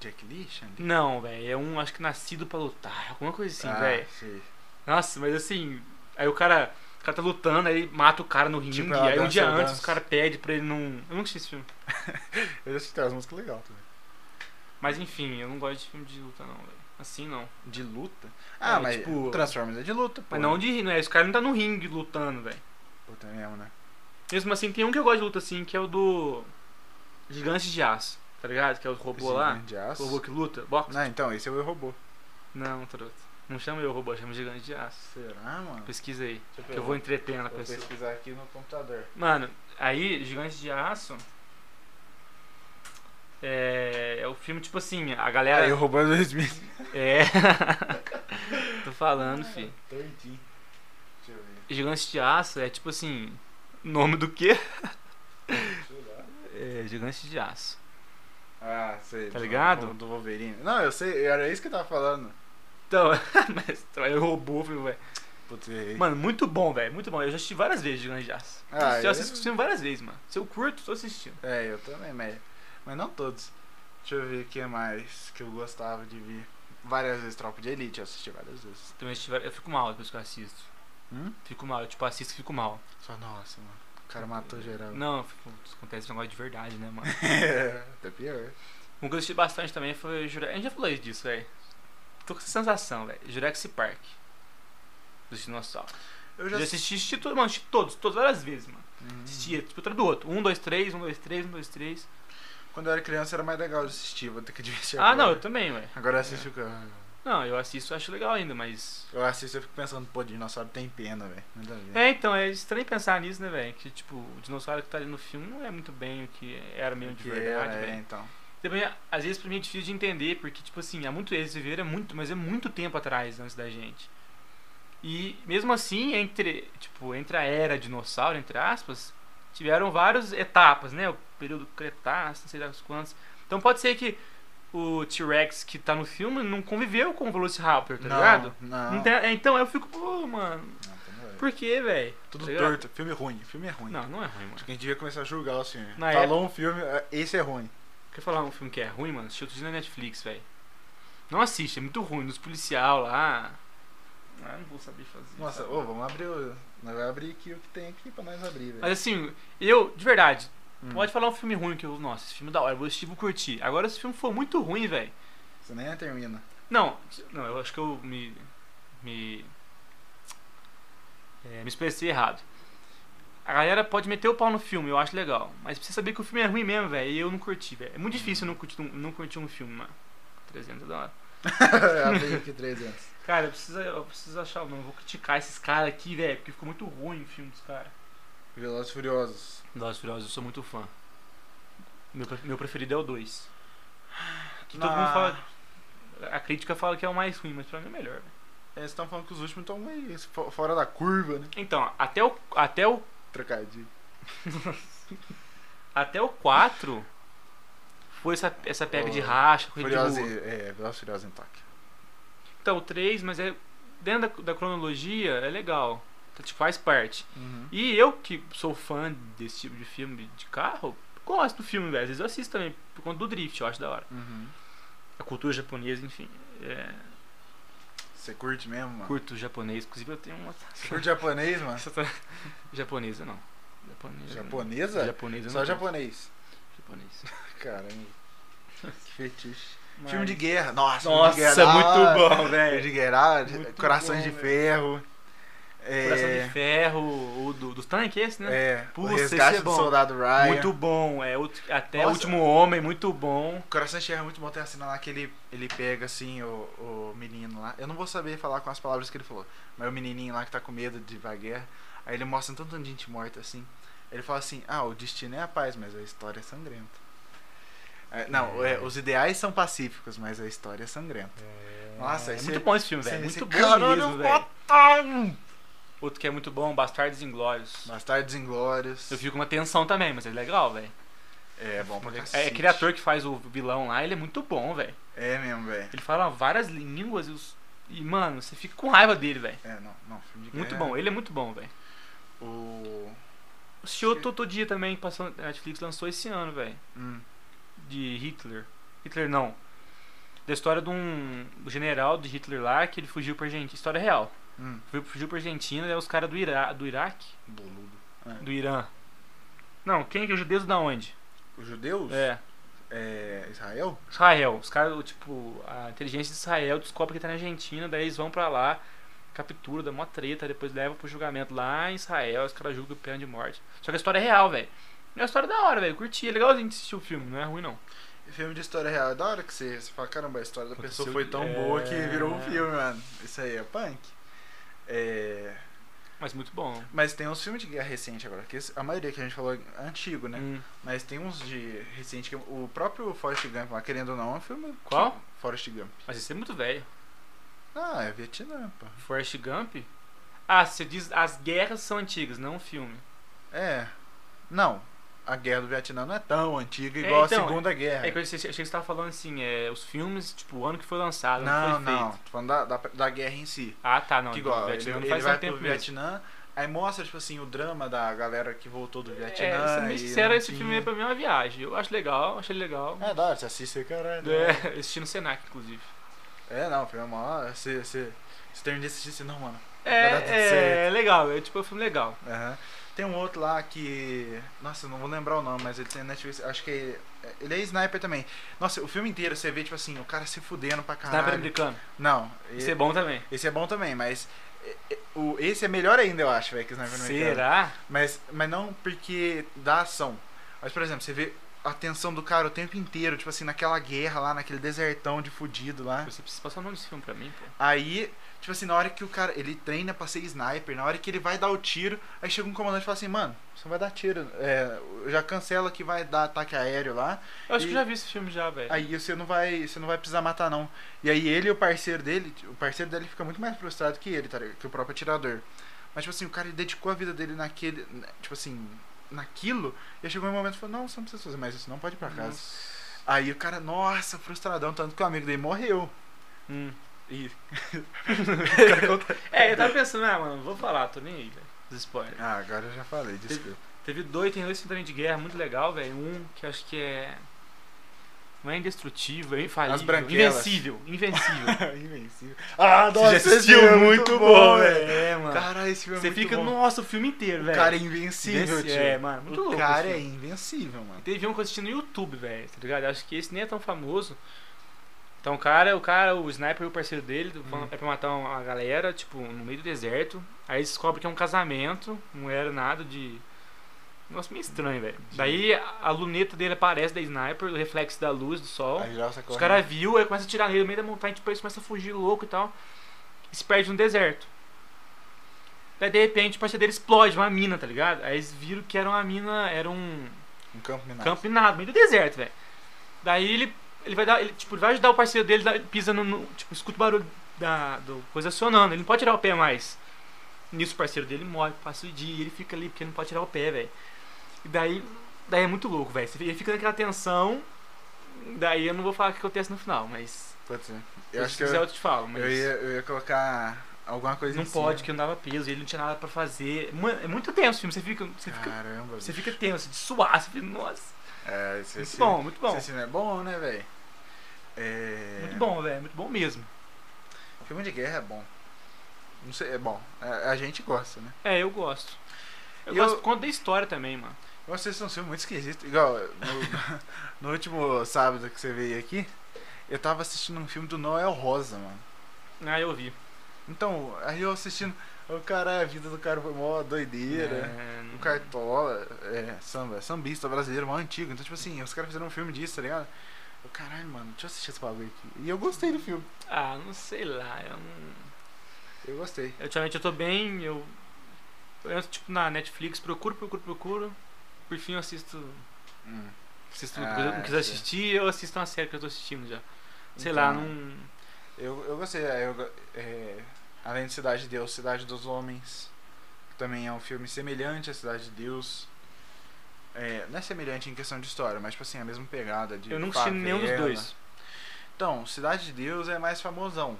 Speaker 2: Jack Leach? Andy?
Speaker 1: Não, velho, é um, acho que nascido pra lutar, alguma coisa assim,
Speaker 2: Ah,
Speaker 1: velho.
Speaker 2: sei.
Speaker 1: Nossa, mas assim, aí o cara, o cara tá lutando, aí mata o cara no ringue,
Speaker 2: Tipo, ela
Speaker 1: aí um
Speaker 2: dança,
Speaker 1: dia
Speaker 2: ela
Speaker 1: antes
Speaker 2: dança.
Speaker 1: os caras pedem pra ele não... Eu nunca assisti esse filme.
Speaker 2: Eu já assisti as músicas legal também.
Speaker 1: Mas enfim, eu não gosto de filme de luta não, velho. Assim não.
Speaker 2: De luta? Ah,
Speaker 1: É,
Speaker 2: mas
Speaker 1: tipo-
Speaker 2: Transformers é de luta, pô.
Speaker 1: Mas não de não é, os caras não tá no ringue lutando, velho.
Speaker 2: Puta mesmo, né?
Speaker 1: Mesmo assim, tem um que eu gosto de luta assim, que é o do Gigante de Aço, tá ligado? Que é o robô lá,
Speaker 2: Gigante de aço.
Speaker 1: o robô que luta, boxe.
Speaker 2: Não, então, esse é o robô.
Speaker 1: Não, troto. Não chama eu robô, chama Gigante de Aço.
Speaker 2: Será, mano?
Speaker 1: Pesquisa aí,
Speaker 2: Deixa
Speaker 1: que eu vou entretendo a
Speaker 2: vou
Speaker 1: pessoa.
Speaker 2: pesquisar aqui no computador.
Speaker 1: Mano, aí, Gigante de Aço. É, é o filme, tipo assim, a galera.
Speaker 2: Aí o robô é 2000.
Speaker 1: <laughs> É. <laughs> Tô falando, fi.
Speaker 2: Doidinho. Deixa eu ver.
Speaker 1: Gigante de Aço é tipo assim. Nome do quê?
Speaker 2: Deixa eu olhar.
Speaker 1: É, Gigante de Aço.
Speaker 2: Ah, sei.
Speaker 1: Tá
Speaker 2: do-
Speaker 1: ligado?
Speaker 2: Do, do Wolverine. Não, eu sei, era isso que eu tava falando.
Speaker 1: Então, <laughs> mas então, aí roubou, filho, velho.
Speaker 2: Putz, errei.
Speaker 1: Mano, muito bom, velho. Muito bom. Eu já assisti várias vezes Gigante de Aço.
Speaker 2: Ah,
Speaker 1: eu
Speaker 2: é?
Speaker 1: assisto esse filme várias vezes, mano. Se eu curto, tô assistindo.
Speaker 2: É, eu também, mas, mas não todos. Deixa eu ver o que mais que eu gostava de ver. Várias vezes Tropa de Elite, eu assisti várias vezes.
Speaker 1: Também assisti várias- eu fico mal depois que eu assisto.
Speaker 2: Hum?
Speaker 1: Fico mal, eu tipo assisto e fico mal.
Speaker 2: Só, nossa, mano. O cara matou geral.
Speaker 1: Não, eu fico- acontece um negócio de verdade, né, mano?
Speaker 2: <laughs>
Speaker 1: <laughs>
Speaker 2: Até pior.
Speaker 1: Um que eu assisti bastante também foi Jura... A gente já falou disso, velho. Tô com essa sensação, velho. Jurassic Park. Dos dinossauros.
Speaker 2: Eu
Speaker 1: Eu já assisti, assisti, to- mano, assisti todos, todas várias vezes, mano.
Speaker 2: Hum.
Speaker 1: Assistia, tipo, atrás do outro. Um, dois, três, um, dois, três, um, dois, três.
Speaker 2: Quando eu era criança era mais legal de assistir, vou ter que divertir
Speaker 1: Ah, não, eu também, velho.
Speaker 2: Agora eu assisto o que eu-
Speaker 1: Não, eu assisto e acho legal ainda, mas.
Speaker 2: Eu assisto e fico pensando, pô, dinossauro tem pena, velho. Nada a ver.
Speaker 1: É, então, é estranho pensar nisso, né, velho? Que, tipo, o dinossauro que tá ali no filme não é muito bem o que era mesmo de
Speaker 2: Que
Speaker 1: verdade,
Speaker 2: era, é,
Speaker 1: velho.
Speaker 2: então.
Speaker 1: Também, às vezes, pra mim é difícil de entender, porque, tipo assim, há muito. Eles viveram é muito, mas é muito tempo atrás antes da gente. E, mesmo assim, entre, tipo, entre a era dinossauro, entre aspas, tiveram várias etapas, né? O período Cretáceo, não sei das quantas. Então, pode ser que o T-Rex que tá no filme não conviveu com o Velociraptor, tá ligado?
Speaker 2: Não,
Speaker 1: Não tem- é, então eu fico, pô, mano,
Speaker 2: Não, tá ligado.
Speaker 1: por que, velho?
Speaker 2: Tudo
Speaker 1: Tá ligado?
Speaker 2: torto. Filme ruim, filme é ruim.
Speaker 1: Não, não é ruim, mano.
Speaker 2: Acho que a gente devia começar a julgar o filme.
Speaker 1: Na
Speaker 2: Falou um filme, ah, esse é ruim.
Speaker 1: Quer falar um filme que é ruim, mano? Assistiu outro dia na Netflix, velho. Não assiste, é muito ruim. Dos policial lá. Ah, não vou saber fazer.
Speaker 2: Nossa,
Speaker 1: sabe?
Speaker 2: ô, vamos abrir o. Nós vamos abrir aqui o que tem aqui pra nós abrir, velho.
Speaker 1: Mas assim, eu, de verdade,
Speaker 2: Hum,
Speaker 1: pode falar um filme ruim que eu. Nossa, esse filme é da hora, eu vou assistir e vou curtir. Agora, se o filme for muito ruim, velho.
Speaker 2: Você nem termina. <laughs>
Speaker 1: Não, não, eu acho que eu me. Me. é, me expressei errado. A galera pode meter o pau no filme, eu acho legal. Mas precisa saber que o filme é ruim mesmo, velho. E eu não curti, velho. É muito
Speaker 2: Uhum.
Speaker 1: difícil eu não curtir, um- não curtir um filme, mano. 300 é da hora.
Speaker 2: Abri aqui 300.
Speaker 1: Cara, eu preciso, eu preciso achar o nome. Vou criticar esses caras aqui, velho. Porque ficou muito ruim o filme dos caras.
Speaker 2: Velozes e Furiosos.
Speaker 1: Velozes e Furiosos, eu sou muito fã. Meu, pre- meu preferido é o 2. Que todo
Speaker 2: Na-
Speaker 1: mundo fala. A crítica fala que é o mais ruim, mas pra mim é o melhor, velho.
Speaker 2: Eles estão falando que os últimos estão meio fo- fora da curva, né?
Speaker 1: Então, até o, até o
Speaker 2: Trocadilho.
Speaker 1: Até o 4 foi essa, essa pega de
Speaker 2: Oh,
Speaker 1: racha, corrida de
Speaker 2: Furiosos
Speaker 1: rua.
Speaker 2: e- é, Velozes e Furiosos em Tóquio.
Speaker 1: Então, o 3, mas é dentro da, da cronologia, é legal. Tá, Tipo, faz parte.
Speaker 2: Uhum.
Speaker 1: E eu, que sou fã desse tipo de filme de carro, gosto do filme, velho. Às vezes eu assisto também, por conta do drift, eu acho da hora.
Speaker 2: Uhum.
Speaker 1: A cultura japonesa, enfim. é,
Speaker 2: Você curte mesmo, mano?
Speaker 1: curto japonês, inclusive eu tenho uma. <laughs>
Speaker 2: Você curte japonês, mano?
Speaker 1: japonesa, não. Japonesa. né?
Speaker 2: Japonesa?
Speaker 1: Japonesa
Speaker 2: Só
Speaker 1: não.
Speaker 2: japonês.
Speaker 1: Japonês.
Speaker 2: Caramba. Que fetiche.
Speaker 1: Mas-
Speaker 2: Filme de guerra. Nossa, filme
Speaker 1: Nossa,
Speaker 2: de guerra. Ah,
Speaker 1: muito bom,
Speaker 2: Filme
Speaker 1: velho.
Speaker 2: de guerra.
Speaker 1: Muito
Speaker 2: Corações
Speaker 1: bom,
Speaker 2: de
Speaker 1: velho.
Speaker 2: ferro. É,
Speaker 1: Coração de ferro, o do, dos tanques, esse, né?
Speaker 2: É,
Speaker 1: Putz,
Speaker 2: o
Speaker 1: esse
Speaker 2: resgate
Speaker 1: é
Speaker 2: do
Speaker 1: bom.
Speaker 2: soldado Ryan.
Speaker 1: Muito bom, é outro- até o
Speaker 2: Nossa.
Speaker 1: último homem, muito bom.
Speaker 2: Coração de Ferro é muito bom. Tem a cena lá que ele, ele pega, assim, o, o menino lá. Eu não vou saber falar com as palavras que ele falou. Mas o menininho lá que tá com medo de ir pra guerra. Aí ele mostra um tanto de gente morta, assim. Ele fala assim, ah, o destino é a paz, mas a história é sangrenta. É, não, é, os ideais são pacíficos, mas a história é sangrenta. Nossa,
Speaker 1: é
Speaker 2: esse-
Speaker 1: muito bom esse filme,
Speaker 2: esse-
Speaker 1: velho.
Speaker 2: esse é um
Speaker 1: Muito bom
Speaker 2: caralho
Speaker 1: mesmo, velho. Outro que é muito bom, Bastardos Inglórios.
Speaker 2: Bastardos Inglórios.
Speaker 1: Eu fico com uma tensão também, mas é legal, velho.
Speaker 2: É bom pra cacete.
Speaker 1: É aquele ator que faz o vilão lá, ele é muito bom, velho.
Speaker 2: É mesmo, velho.
Speaker 1: Ele fala várias línguas e, os- e, mano, você fica com raiva dele, velho.
Speaker 2: É, não, não, filme de
Speaker 1: Muito
Speaker 2: guerra.
Speaker 1: bom, ele é muito bom, velho.
Speaker 2: O...
Speaker 1: Assisti outro, outro dia também, que passou, a Netflix lançou esse ano, velho.
Speaker 2: Hum,
Speaker 1: De Hitler. Hitler não. Da história de um general de Hitler lá, que ele fugiu pra Argentina. História real.
Speaker 2: hum.
Speaker 1: Fui- Fugiu pra Argentina, daí os caras do, Ira do Iraque,
Speaker 2: Boludo.
Speaker 1: do Irã. Não, quem que os judeus da onde?
Speaker 2: Os judeus?
Speaker 1: É,
Speaker 2: É, Israel?
Speaker 1: Israel. Os caras, tipo, a inteligência de Israel descobre que tá na Argentina, daí eles vão pra lá, captura, dá uma treta, depois leva pro julgamento lá em Israel, os caras julgam do pena de morte. Só que a história é real, velho. É uma história da hora, velho. eu Curti, é legalzinho de assistir o filme, não é ruim não.
Speaker 2: Filme de história real. É da hora que você, você fala, caramba, a história da
Speaker 1: Aconteceu-
Speaker 2: pessoa foi tão
Speaker 1: é.
Speaker 2: boa que virou um filme, mano. Isso aí é punk. É...
Speaker 1: Mas muito bom.
Speaker 2: Mas tem uns filmes de guerra recente agora, que esse- a maioria que a gente falou é antigo, né?
Speaker 1: Hum.
Speaker 2: Mas tem uns de recente que o próprio Forrest Gump, lá, querendo ou não, é um filme. que-
Speaker 1: Qual?
Speaker 2: Forrest Gump.
Speaker 1: Mas esse é muito velho.
Speaker 2: Ah, é Vietnã, pô.
Speaker 1: Forrest Gump? Ah, você diz as guerras são antigas, não o filme.
Speaker 2: É. Não. a guerra do Vietnã não é tão antiga
Speaker 1: É,
Speaker 2: igual
Speaker 1: então,
Speaker 2: a Segunda Guerra.
Speaker 1: É que eu achei achei que você tava falando assim, é, os filmes, tipo, o ano que foi lançado, não,
Speaker 2: Não,
Speaker 1: foi feito.
Speaker 2: não. Tô falando da, da, da guerra em si.
Speaker 1: Ah, tá, não.
Speaker 2: que
Speaker 1: então,
Speaker 2: igual,
Speaker 1: o
Speaker 2: ele,
Speaker 1: Vietnã não
Speaker 2: ele
Speaker 1: faz
Speaker 2: vai
Speaker 1: tanto
Speaker 2: pro
Speaker 1: tempo mesmo.
Speaker 2: Vietnã, aí mostra, tipo assim, o drama da galera que voltou do Vietnã.
Speaker 1: É, sendo bem
Speaker 2: e
Speaker 1: sincero,
Speaker 2: não
Speaker 1: esse
Speaker 2: tinha-
Speaker 1: filme é pra mim é uma viagem. Eu acho legal, achei legal.
Speaker 2: É, dá, você assiste, caralho. né?
Speaker 1: É, eu assisti no Senac, inclusive.
Speaker 2: É, não, foi uma. Você, você, você termina de assistir, você não, mano.
Speaker 1: É,
Speaker 2: dar tudo
Speaker 1: é
Speaker 2: certo.
Speaker 1: legal, é tipo um filme legal.
Speaker 2: Aham. Tem um outro lá que. Nossa, eu não vou lembrar o nome, mas ele tem Netflix. Acho que é- ele é sniper também. Nossa, o filme inteiro você vê, tipo assim, o cara se fudendo pra caralho.
Speaker 1: Sniper americano.
Speaker 2: Não,
Speaker 1: Isso
Speaker 2: Ah, e-
Speaker 1: é bom também.
Speaker 2: esse é bom também, mas. é, é, O, esse é melhor ainda, eu acho, velho, que o Sniper Americano.
Speaker 1: Será?
Speaker 2: Mas, mas não porque dá ação. Mas, por exemplo, você vê a tensão do cara o tempo inteiro, tipo assim, naquela guerra lá, naquele desertão de fudido lá.
Speaker 1: Você precisa passar o nome desse filme pra mim, pô.
Speaker 2: Aí, tipo assim, na hora que o cara. Ele treina pra ser sniper, na hora que ele vai dar o tiro, aí chega um comandante e fala assim, mano, você não vai dar tiro. É, já cancela que vai dar ataque aéreo lá.
Speaker 1: Eu acho
Speaker 2: E-
Speaker 1: que eu já vi esse filme já, velho.
Speaker 2: Aí você não vai. Você não vai precisar matar, não. E aí ele e o parceiro dele, o parceiro dele fica muito mais frustrado que ele, tá ligado? Que o próprio atirador. Mas, tipo assim, o cara ele dedicou a vida dele naquele. na- Tipo assim, naquilo. E aí chegou um momento e falou, não, você não precisa fazer mais isso, não pode ir pra casa. Aí o cara, nossa, frustradão, tanto que o amigo
Speaker 1: <laughs>
Speaker 2: dele morreu.
Speaker 1: Hum.
Speaker 2: <laughs> E.
Speaker 1: É, eu tava pensando, ah, mano, vou falar, tô nem aí, velho. Os spoilers.
Speaker 2: ah, agora eu já falei, desculpa.
Speaker 1: <laughs> Teve dois, tem dois filmes também de guerra, muito legal, velho. Um que eu acho que é. Não é indestrutível, é infalível.
Speaker 2: As branquelas.
Speaker 1: Invencível, É invencível.
Speaker 2: Invencível. Ah,
Speaker 1: Você já assistiu? é Muito bom, velho. É, mano.
Speaker 2: Cara, esse filme é
Speaker 1: Você
Speaker 2: muito
Speaker 1: fica,
Speaker 2: bom.
Speaker 1: nossa, o filme inteiro,
Speaker 2: O
Speaker 1: velho.
Speaker 2: cara é invencível,
Speaker 1: Desse-
Speaker 2: tio.
Speaker 1: É, mano, muito
Speaker 2: o
Speaker 1: louco.
Speaker 2: cara
Speaker 1: esse
Speaker 2: é
Speaker 1: filme.
Speaker 2: invencível, mano.
Speaker 1: Teve um que eu assisti no YouTube, velho, tá ligado? Eu Acho que esse nem é tão famoso. Então o cara, o cara, o sniper e o parceiro dele vão-
Speaker 2: Hum.
Speaker 1: é pra matar uma galera, tipo, no meio do deserto. Aí eles descobrem que é um casamento, não era nada de. Um negócio meio estranho, velho.
Speaker 2: De-
Speaker 1: Daí a a luneta dele aparece da sniper, o reflexo da luz, do sol.
Speaker 2: Aí já
Speaker 1: Os
Speaker 2: sacou, né?
Speaker 1: caras viu, aí começa a tirar nele no meio da montanha, tipo, eles começam a fugir louco e tal. E se perde no deserto. Daí de repente o parceiro dele explode, uma mina, tá ligado? Aí eles viram que era uma mina, era um
Speaker 2: Um campo minado.
Speaker 1: campo minado, no meio do deserto, velho. Daí ele, ele vai dar, ele, tipo, ele vai ajudar o parceiro dele, dá- ele pisa no, no- tipo, escuta o barulho da do coisa acionando, ele não pode tirar o pé mais. Nisso o parceiro dele morre, passa o dia e ele fica ali porque ele não pode tirar o pé, velho. E daí, daí é muito louco, velho. Você fica- Ele fica naquela tensão. Daí eu não vou falar o que acontece no final, mas
Speaker 2: Pode ser.
Speaker 1: se
Speaker 2: Eu acho que
Speaker 1: quiser
Speaker 2: eu,
Speaker 1: eu te falo, mas
Speaker 2: eu ia, assim, né? eu ia colocar alguma coisa
Speaker 1: não
Speaker 2: em cima.
Speaker 1: pode, que não dava peso, ele não tinha nada pra fazer. Mano, é muito tenso o filme, você fica, você
Speaker 2: Ah.
Speaker 1: fica,
Speaker 2: Caramba,
Speaker 1: você
Speaker 2: bicho.
Speaker 1: fica tenso, de suar, você fica, nossa.
Speaker 2: É, esse,
Speaker 1: Muito
Speaker 2: esse-
Speaker 1: bom, muito bom.
Speaker 2: Esse filme é bom, né, velho? É...
Speaker 1: Muito bom, velho, muito bom mesmo.
Speaker 2: Filme de guerra é bom. Não sei, é bom. A, a gente gosta, né?
Speaker 1: É, eu gosto. Eu,
Speaker 2: Eu-
Speaker 1: gosto por conta da história também, mano.
Speaker 2: Eu acho esse um filme muito esquisito. Igual, no, no <laughs> último sábado que você veio aqui, eu tava assistindo um filme do Noel Rosa, mano.
Speaker 1: Ah, eu vi.
Speaker 2: Então, aí eu assistindo, o cara, a vida do cara foi mó doideira.
Speaker 1: É,
Speaker 2: Um cartola, é, samba, sambista brasileiro, mal antigo. Então, tipo assim, os caras fizeram um filme disso, tá ligado? Eu, caralho, mano, deixa eu assistir esse bagulho aqui. E eu gostei do filme.
Speaker 1: Ah, não sei lá. Eu não...
Speaker 2: Eu gostei.
Speaker 1: eu, Ultimamente eu tô bem, eu... Eu entro, tipo, na Netflix, procuro, procuro, procuro. Por fim eu assisto...
Speaker 2: Hum.
Speaker 1: assisto
Speaker 2: Ah,
Speaker 1: uma coisa que eu não quiser
Speaker 2: sim.
Speaker 1: assistir, eu assisto uma série que eu tô assistindo já. Sei
Speaker 2: Então,
Speaker 1: lá, não...
Speaker 2: Eu, eu gostei. é, eu go- é, além de Cidade de Deus, Cidade dos Homens. que Também é um filme semelhante a Cidade de Deus. É, não é semelhante em questão de história, mas tipo assim, a mesma pegada de.
Speaker 1: Eu nunca assisti nenhum dos
Speaker 2: favela.
Speaker 1: dois.
Speaker 2: Então, Cidade de Deus é mais famosão.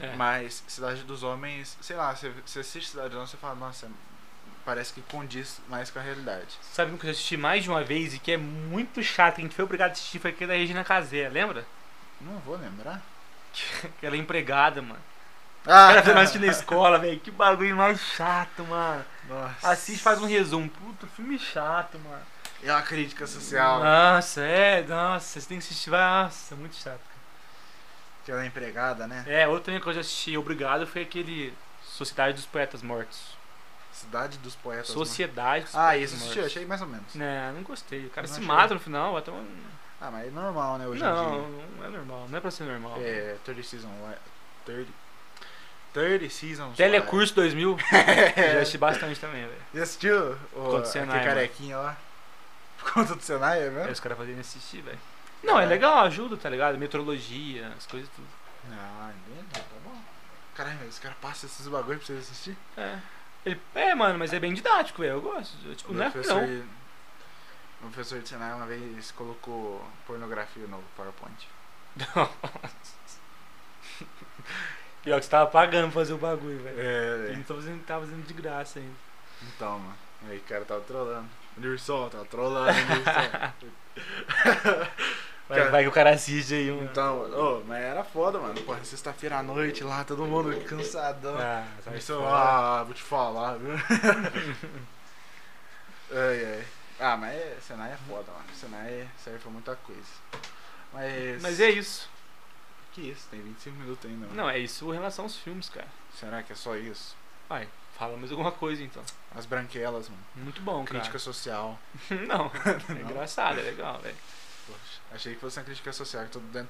Speaker 1: É.
Speaker 2: Mas Cidade dos Homens, sei lá, você, você assiste Cidade dos Homens e fala, nossa, parece que condiz mais com a realidade.
Speaker 1: Sabe um que eu assisti mais de uma vez e que é muito chato, que a gente foi obrigado a assistir, foi aquele da Regina Casé, lembra?
Speaker 2: Não vou lembrar.
Speaker 1: Que ela é empregada, mano.
Speaker 2: Ah,
Speaker 1: Cara, nós assistindo na escola, velho. Que bagulho mais chato, mano.
Speaker 2: Nossa.
Speaker 1: Assiste, faz um resumo. Puta, filme chato, mano.
Speaker 2: É uma crítica social.
Speaker 1: Nossa, é, nossa, você tem que assistir. vai, Nossa, é muito chato. cara.
Speaker 2: Que ela é empregada, né?
Speaker 1: É, outra também que eu já assisti, obrigado, foi aquele Sociedade dos Poetas Mortos.
Speaker 2: Cidade dos Poetas. né?
Speaker 1: Sociedade dos
Speaker 2: Ah,
Speaker 1: Poetas Né.
Speaker 2: isso eu assisti,
Speaker 1: Mortos.
Speaker 2: achei mais ou menos.
Speaker 1: Não, não gostei. O cara
Speaker 2: Não
Speaker 1: se
Speaker 2: achei.
Speaker 1: mata no final, até um...
Speaker 2: Ah, mas é normal, né, hoje em
Speaker 1: Não, não é normal, não é pra ser normal.
Speaker 2: dia. É, 30 Season Li- 30. 30 Seasons. <laughs> Live.
Speaker 1: Telecurso 2000, eu
Speaker 2: É.
Speaker 1: já assisti bastante também, velho.
Speaker 2: Já assistiu? O,
Speaker 1: conta do
Speaker 2: aquele
Speaker 1: Senai, né? mano.
Speaker 2: carequinha lá. <laughs> Por conta do Senai, é
Speaker 1: Aí
Speaker 2: mesmo?
Speaker 1: os caras fazendo assistir, velho. Não, é legal, ajuda, tá ligado? Metrologia, as coisas tudo.
Speaker 2: Não, entendeu? Tá bom. Caralho, os caras passam esses bagulhos pra vocês assistir.
Speaker 1: É. Ele, é, mano, mas é bem didático, velho. Eu gosto. Eu, tipo,
Speaker 2: O
Speaker 1: não é ruim, não.
Speaker 2: professor, ele- O professor de Senai uma vez colocou pornografia no PowerPoint.
Speaker 3: Pior é que você tava pagando pra fazer o bagulho, velho.
Speaker 2: É,
Speaker 3: Ele não tava fazendo, tava fazendo de graça ainda.
Speaker 2: Então, mano. Aí o cara tava trolando. Lirson, tava trolando, Lirson. <laughs>
Speaker 3: Vai,
Speaker 2: Cara-
Speaker 3: vai que o cara assiste aí um.
Speaker 2: então, ô, mas era foda, mano. Porra, sexta-feira à noite lá, todo mundo cansadão.
Speaker 3: Ah,
Speaker 1: Tá
Speaker 3: sai
Speaker 2: Lirson,
Speaker 3: fora.
Speaker 2: ah, vou te falar, viu? <laughs> ai, ai. Ah, mas é- Senai é foda, mano. Senai é, serve pra muita coisa. Mas.
Speaker 1: Mas é isso.
Speaker 2: Que isso? Tem 25 minutos ainda, mano.
Speaker 1: Não, é isso em relação aos filmes, cara.
Speaker 2: Será que é só isso?
Speaker 1: Vai, fala mais alguma coisa então.
Speaker 2: As branquelas, mano.
Speaker 1: Muito bom, cara.
Speaker 2: Crítica social.
Speaker 1: <laughs> Não,
Speaker 2: <laughs>
Speaker 1: é engraçado, é legal, velho.
Speaker 2: Poxa, achei que fosse uma crítica social, que, todo dentro,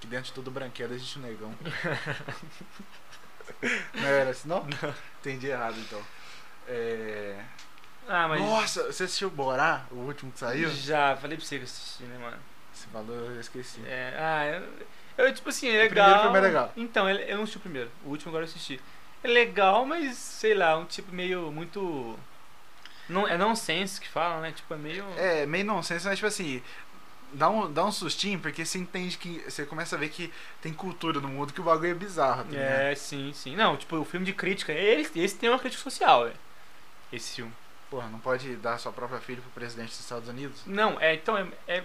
Speaker 2: que dentro de todo branquelo existe um
Speaker 1: <laughs>
Speaker 2: negão. não era assim, não? Entendi errado, então. É...
Speaker 1: Ah, mas.
Speaker 2: Nossa, você assistiu Borá, o último que saiu?
Speaker 1: Já, falei pra você que eu assisti, né, mano?
Speaker 2: Você falou, eu esqueci.
Speaker 1: É, ah, eu, eu, tipo assim, é
Speaker 2: O primeiro
Speaker 1: legal.
Speaker 2: filme é legal.
Speaker 1: Então, ele- eu não assisti o primeiro, o último agora eu assisti. É legal, mas sei lá, um tipo meio muito. Não, é nonsense que falam, né? Tipo, é meio.
Speaker 2: É, meio nonsense, mas tipo assim, dá um, dá um sustinho, porque você entende que. Você começa a ver que tem cultura no mundo que o bagulho é bizarro, tá ligado?
Speaker 1: É, sim, sim. Não, tipo, o filme de crítica, ele, esse tem uma crítica social, velho. Esse filme.
Speaker 2: Porra, não pode dar sua própria filha pro presidente dos Estados Unidos?
Speaker 1: Não, é, então, é, é-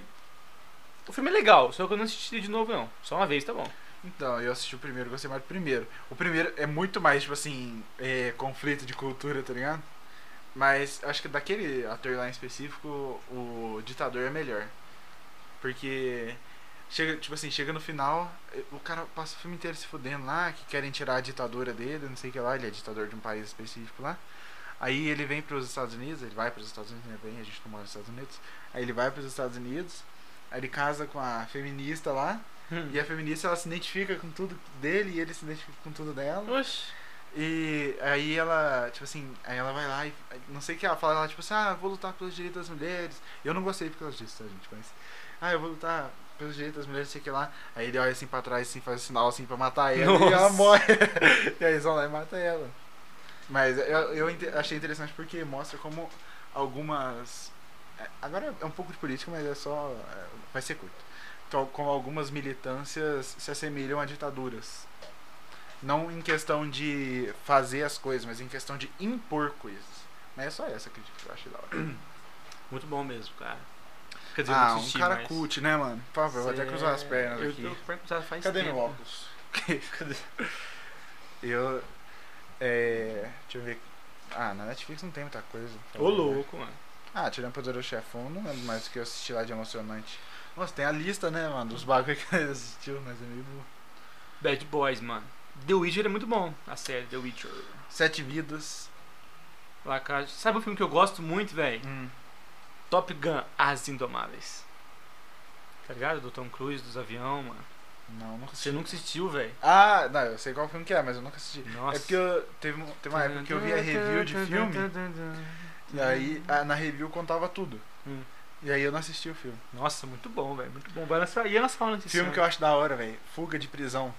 Speaker 1: O filme é legal, só que eu não assisti de novo, não. Só uma vez, tá bom.
Speaker 2: Então, eu assisti o primeiro, gostei mais do primeiro. O primeiro é muito mais, tipo assim, é, conflito de cultura, tá ligado? Mas acho que daquele ator lá em específico, o ditador é melhor. Porque chega, tipo assim, chega no final, eh, o cara passa o filme inteiro se fudendo lá, que querem tirar a ditadura dele, não sei o que lá, ele é ditador de um país específico lá. Aí ele vem pros Estados Unidos, ele vai pros Estados Unidos, né? Bem, a gente não mora nos Estados Unidos. Aí ele vai pros Estados Unidos, aí ele casa com a feminista lá. E
Speaker 1: é
Speaker 2: a feminista ela se identifica com tudo dele e ele se identifica com tudo dela.
Speaker 1: Oxe.
Speaker 2: E aí ela, tipo assim, aí ela vai lá e não sei o que ela fala, ela tipo assim, ah, eu vou lutar pelos direitos das mulheres. Eu não gostei por causa disso, tá, gente? Mas, ah, eu vou lutar pelos direitos das mulheres, não sei o que lá. Aí ele olha assim pra trás, assim, faz um sinal assim pra matar ela e ela
Speaker 1: Nossa.
Speaker 2: morre. <laughs> e aí eles vão lá e matam ela. Mas eu, eu inte- achei interessante porque mostra como algumas. é, Agora é um pouco de política, mas é só. é, Vai ser curto. Então, Como algumas militâncias se assemelham a ditaduras. Não em questão de fazer as coisas, mas em questão de impor coisas. Mas é só essa crítica que eu achei da hora.
Speaker 1: Muito bom mesmo, cara. Quer dizer, eu
Speaker 2: Ah,
Speaker 1: não
Speaker 2: um
Speaker 1: assisti,
Speaker 2: cara
Speaker 1: mas-
Speaker 2: cult, né, mano? Por favor, eu vou até cruzar as pernas
Speaker 1: eu
Speaker 2: aqui.
Speaker 1: tô com a perna cruzada faz
Speaker 2: Cadê
Speaker 1: tempo.
Speaker 2: meu
Speaker 1: <laughs>
Speaker 2: óculos? Eu. É. Deixa eu ver. Ah, na Netflix não tem muita coisa.
Speaker 1: Ô louco, mano.
Speaker 2: Ah, tirando Poderoso Chefão, não lembro mais o que eu assisti lá de emocionante. Nossa, tem a lista, né, mano, dos bagulho que <laughs> ele assistiu, mas é meio burro.
Speaker 1: Bad Boys, mano. The Witcher é muito bom, a série The Witcher.
Speaker 2: Sete Vidas.
Speaker 1: Lá, cara, sabe um filme que eu gosto muito, velho? Top Gun, As Indomáveis. Tá ligado? Do Tom Cruise, dos avião, mano.
Speaker 2: Não, nunca assisti.
Speaker 1: Você nunca assistiu, velho?
Speaker 2: Ah, não, eu sei qual filme que é, mas eu nunca assisti.
Speaker 1: Nossa.
Speaker 2: É porque eu, teve, um- teve uma época que eu via review de filme, e aí ah, na review contava tudo.
Speaker 1: Hum.
Speaker 2: E aí eu não assisti o filme.
Speaker 1: Nossa, muito bom, velho. Muito bom. Vai lançar. Ia lançar uma notícia.
Speaker 2: Filme que eu acho da hora, velho. Fuga de prisão.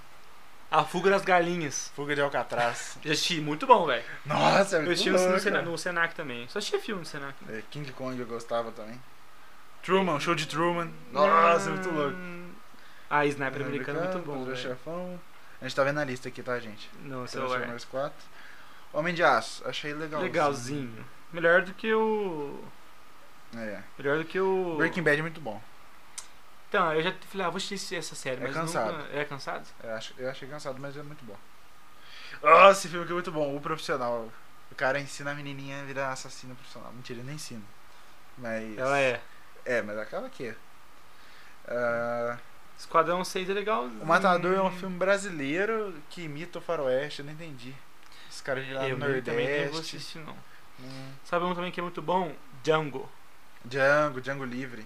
Speaker 1: A Fuga das Galinhas.
Speaker 2: Fuga
Speaker 1: <laughs>
Speaker 2: de Alcatraz.
Speaker 1: Já assisti, muito bom, velho.
Speaker 2: Nossa, é
Speaker 1: Eu
Speaker 2: muito
Speaker 1: assisti né?
Speaker 2: louco,
Speaker 1: no, Sena-
Speaker 2: mano.
Speaker 1: no Senac também. Só assisti filme no Senac.
Speaker 2: É, King Kong eu gostava também. Truman, show de Truman. Nossa, é muito louco.
Speaker 1: Ah, Sniper americano é muito bom,
Speaker 2: Poderoso
Speaker 1: velho.
Speaker 2: Chefão. A gente tá vendo a lista aqui, tá, gente?
Speaker 1: Não, sei lá.
Speaker 2: Transformers 4. Homem de Aço, achei legal. assim.
Speaker 1: Legalzinho. Melhor do que o...
Speaker 2: É.
Speaker 1: Melhor do que o...
Speaker 2: Breaking Bad é muito bom.
Speaker 1: Então, eu já falei, ah, vou assistir essa série,
Speaker 2: É
Speaker 1: mas
Speaker 2: cansado.
Speaker 1: nunca... É cansado?
Speaker 2: Eu, acho- eu achei cansado, mas é muito bom. Nossa, esse filme aqui é muito bom. O Profissional. O cara ensina a menininha a virar assassina profissional. Mentira, ele nem ensina. Mas...
Speaker 1: Ela é.
Speaker 2: É, mas acaba aqui. Ah,
Speaker 1: Esquadrão 6 é legal.
Speaker 2: o Matador é um filme brasileiro que imita o faroeste. Eu não entendi. Os caras viraram
Speaker 1: Eu
Speaker 2: Nordeste.
Speaker 1: também não vou assistir, não.
Speaker 2: Hum.
Speaker 1: Sabe um também que é muito bom? Django.
Speaker 2: Django, Django Livre.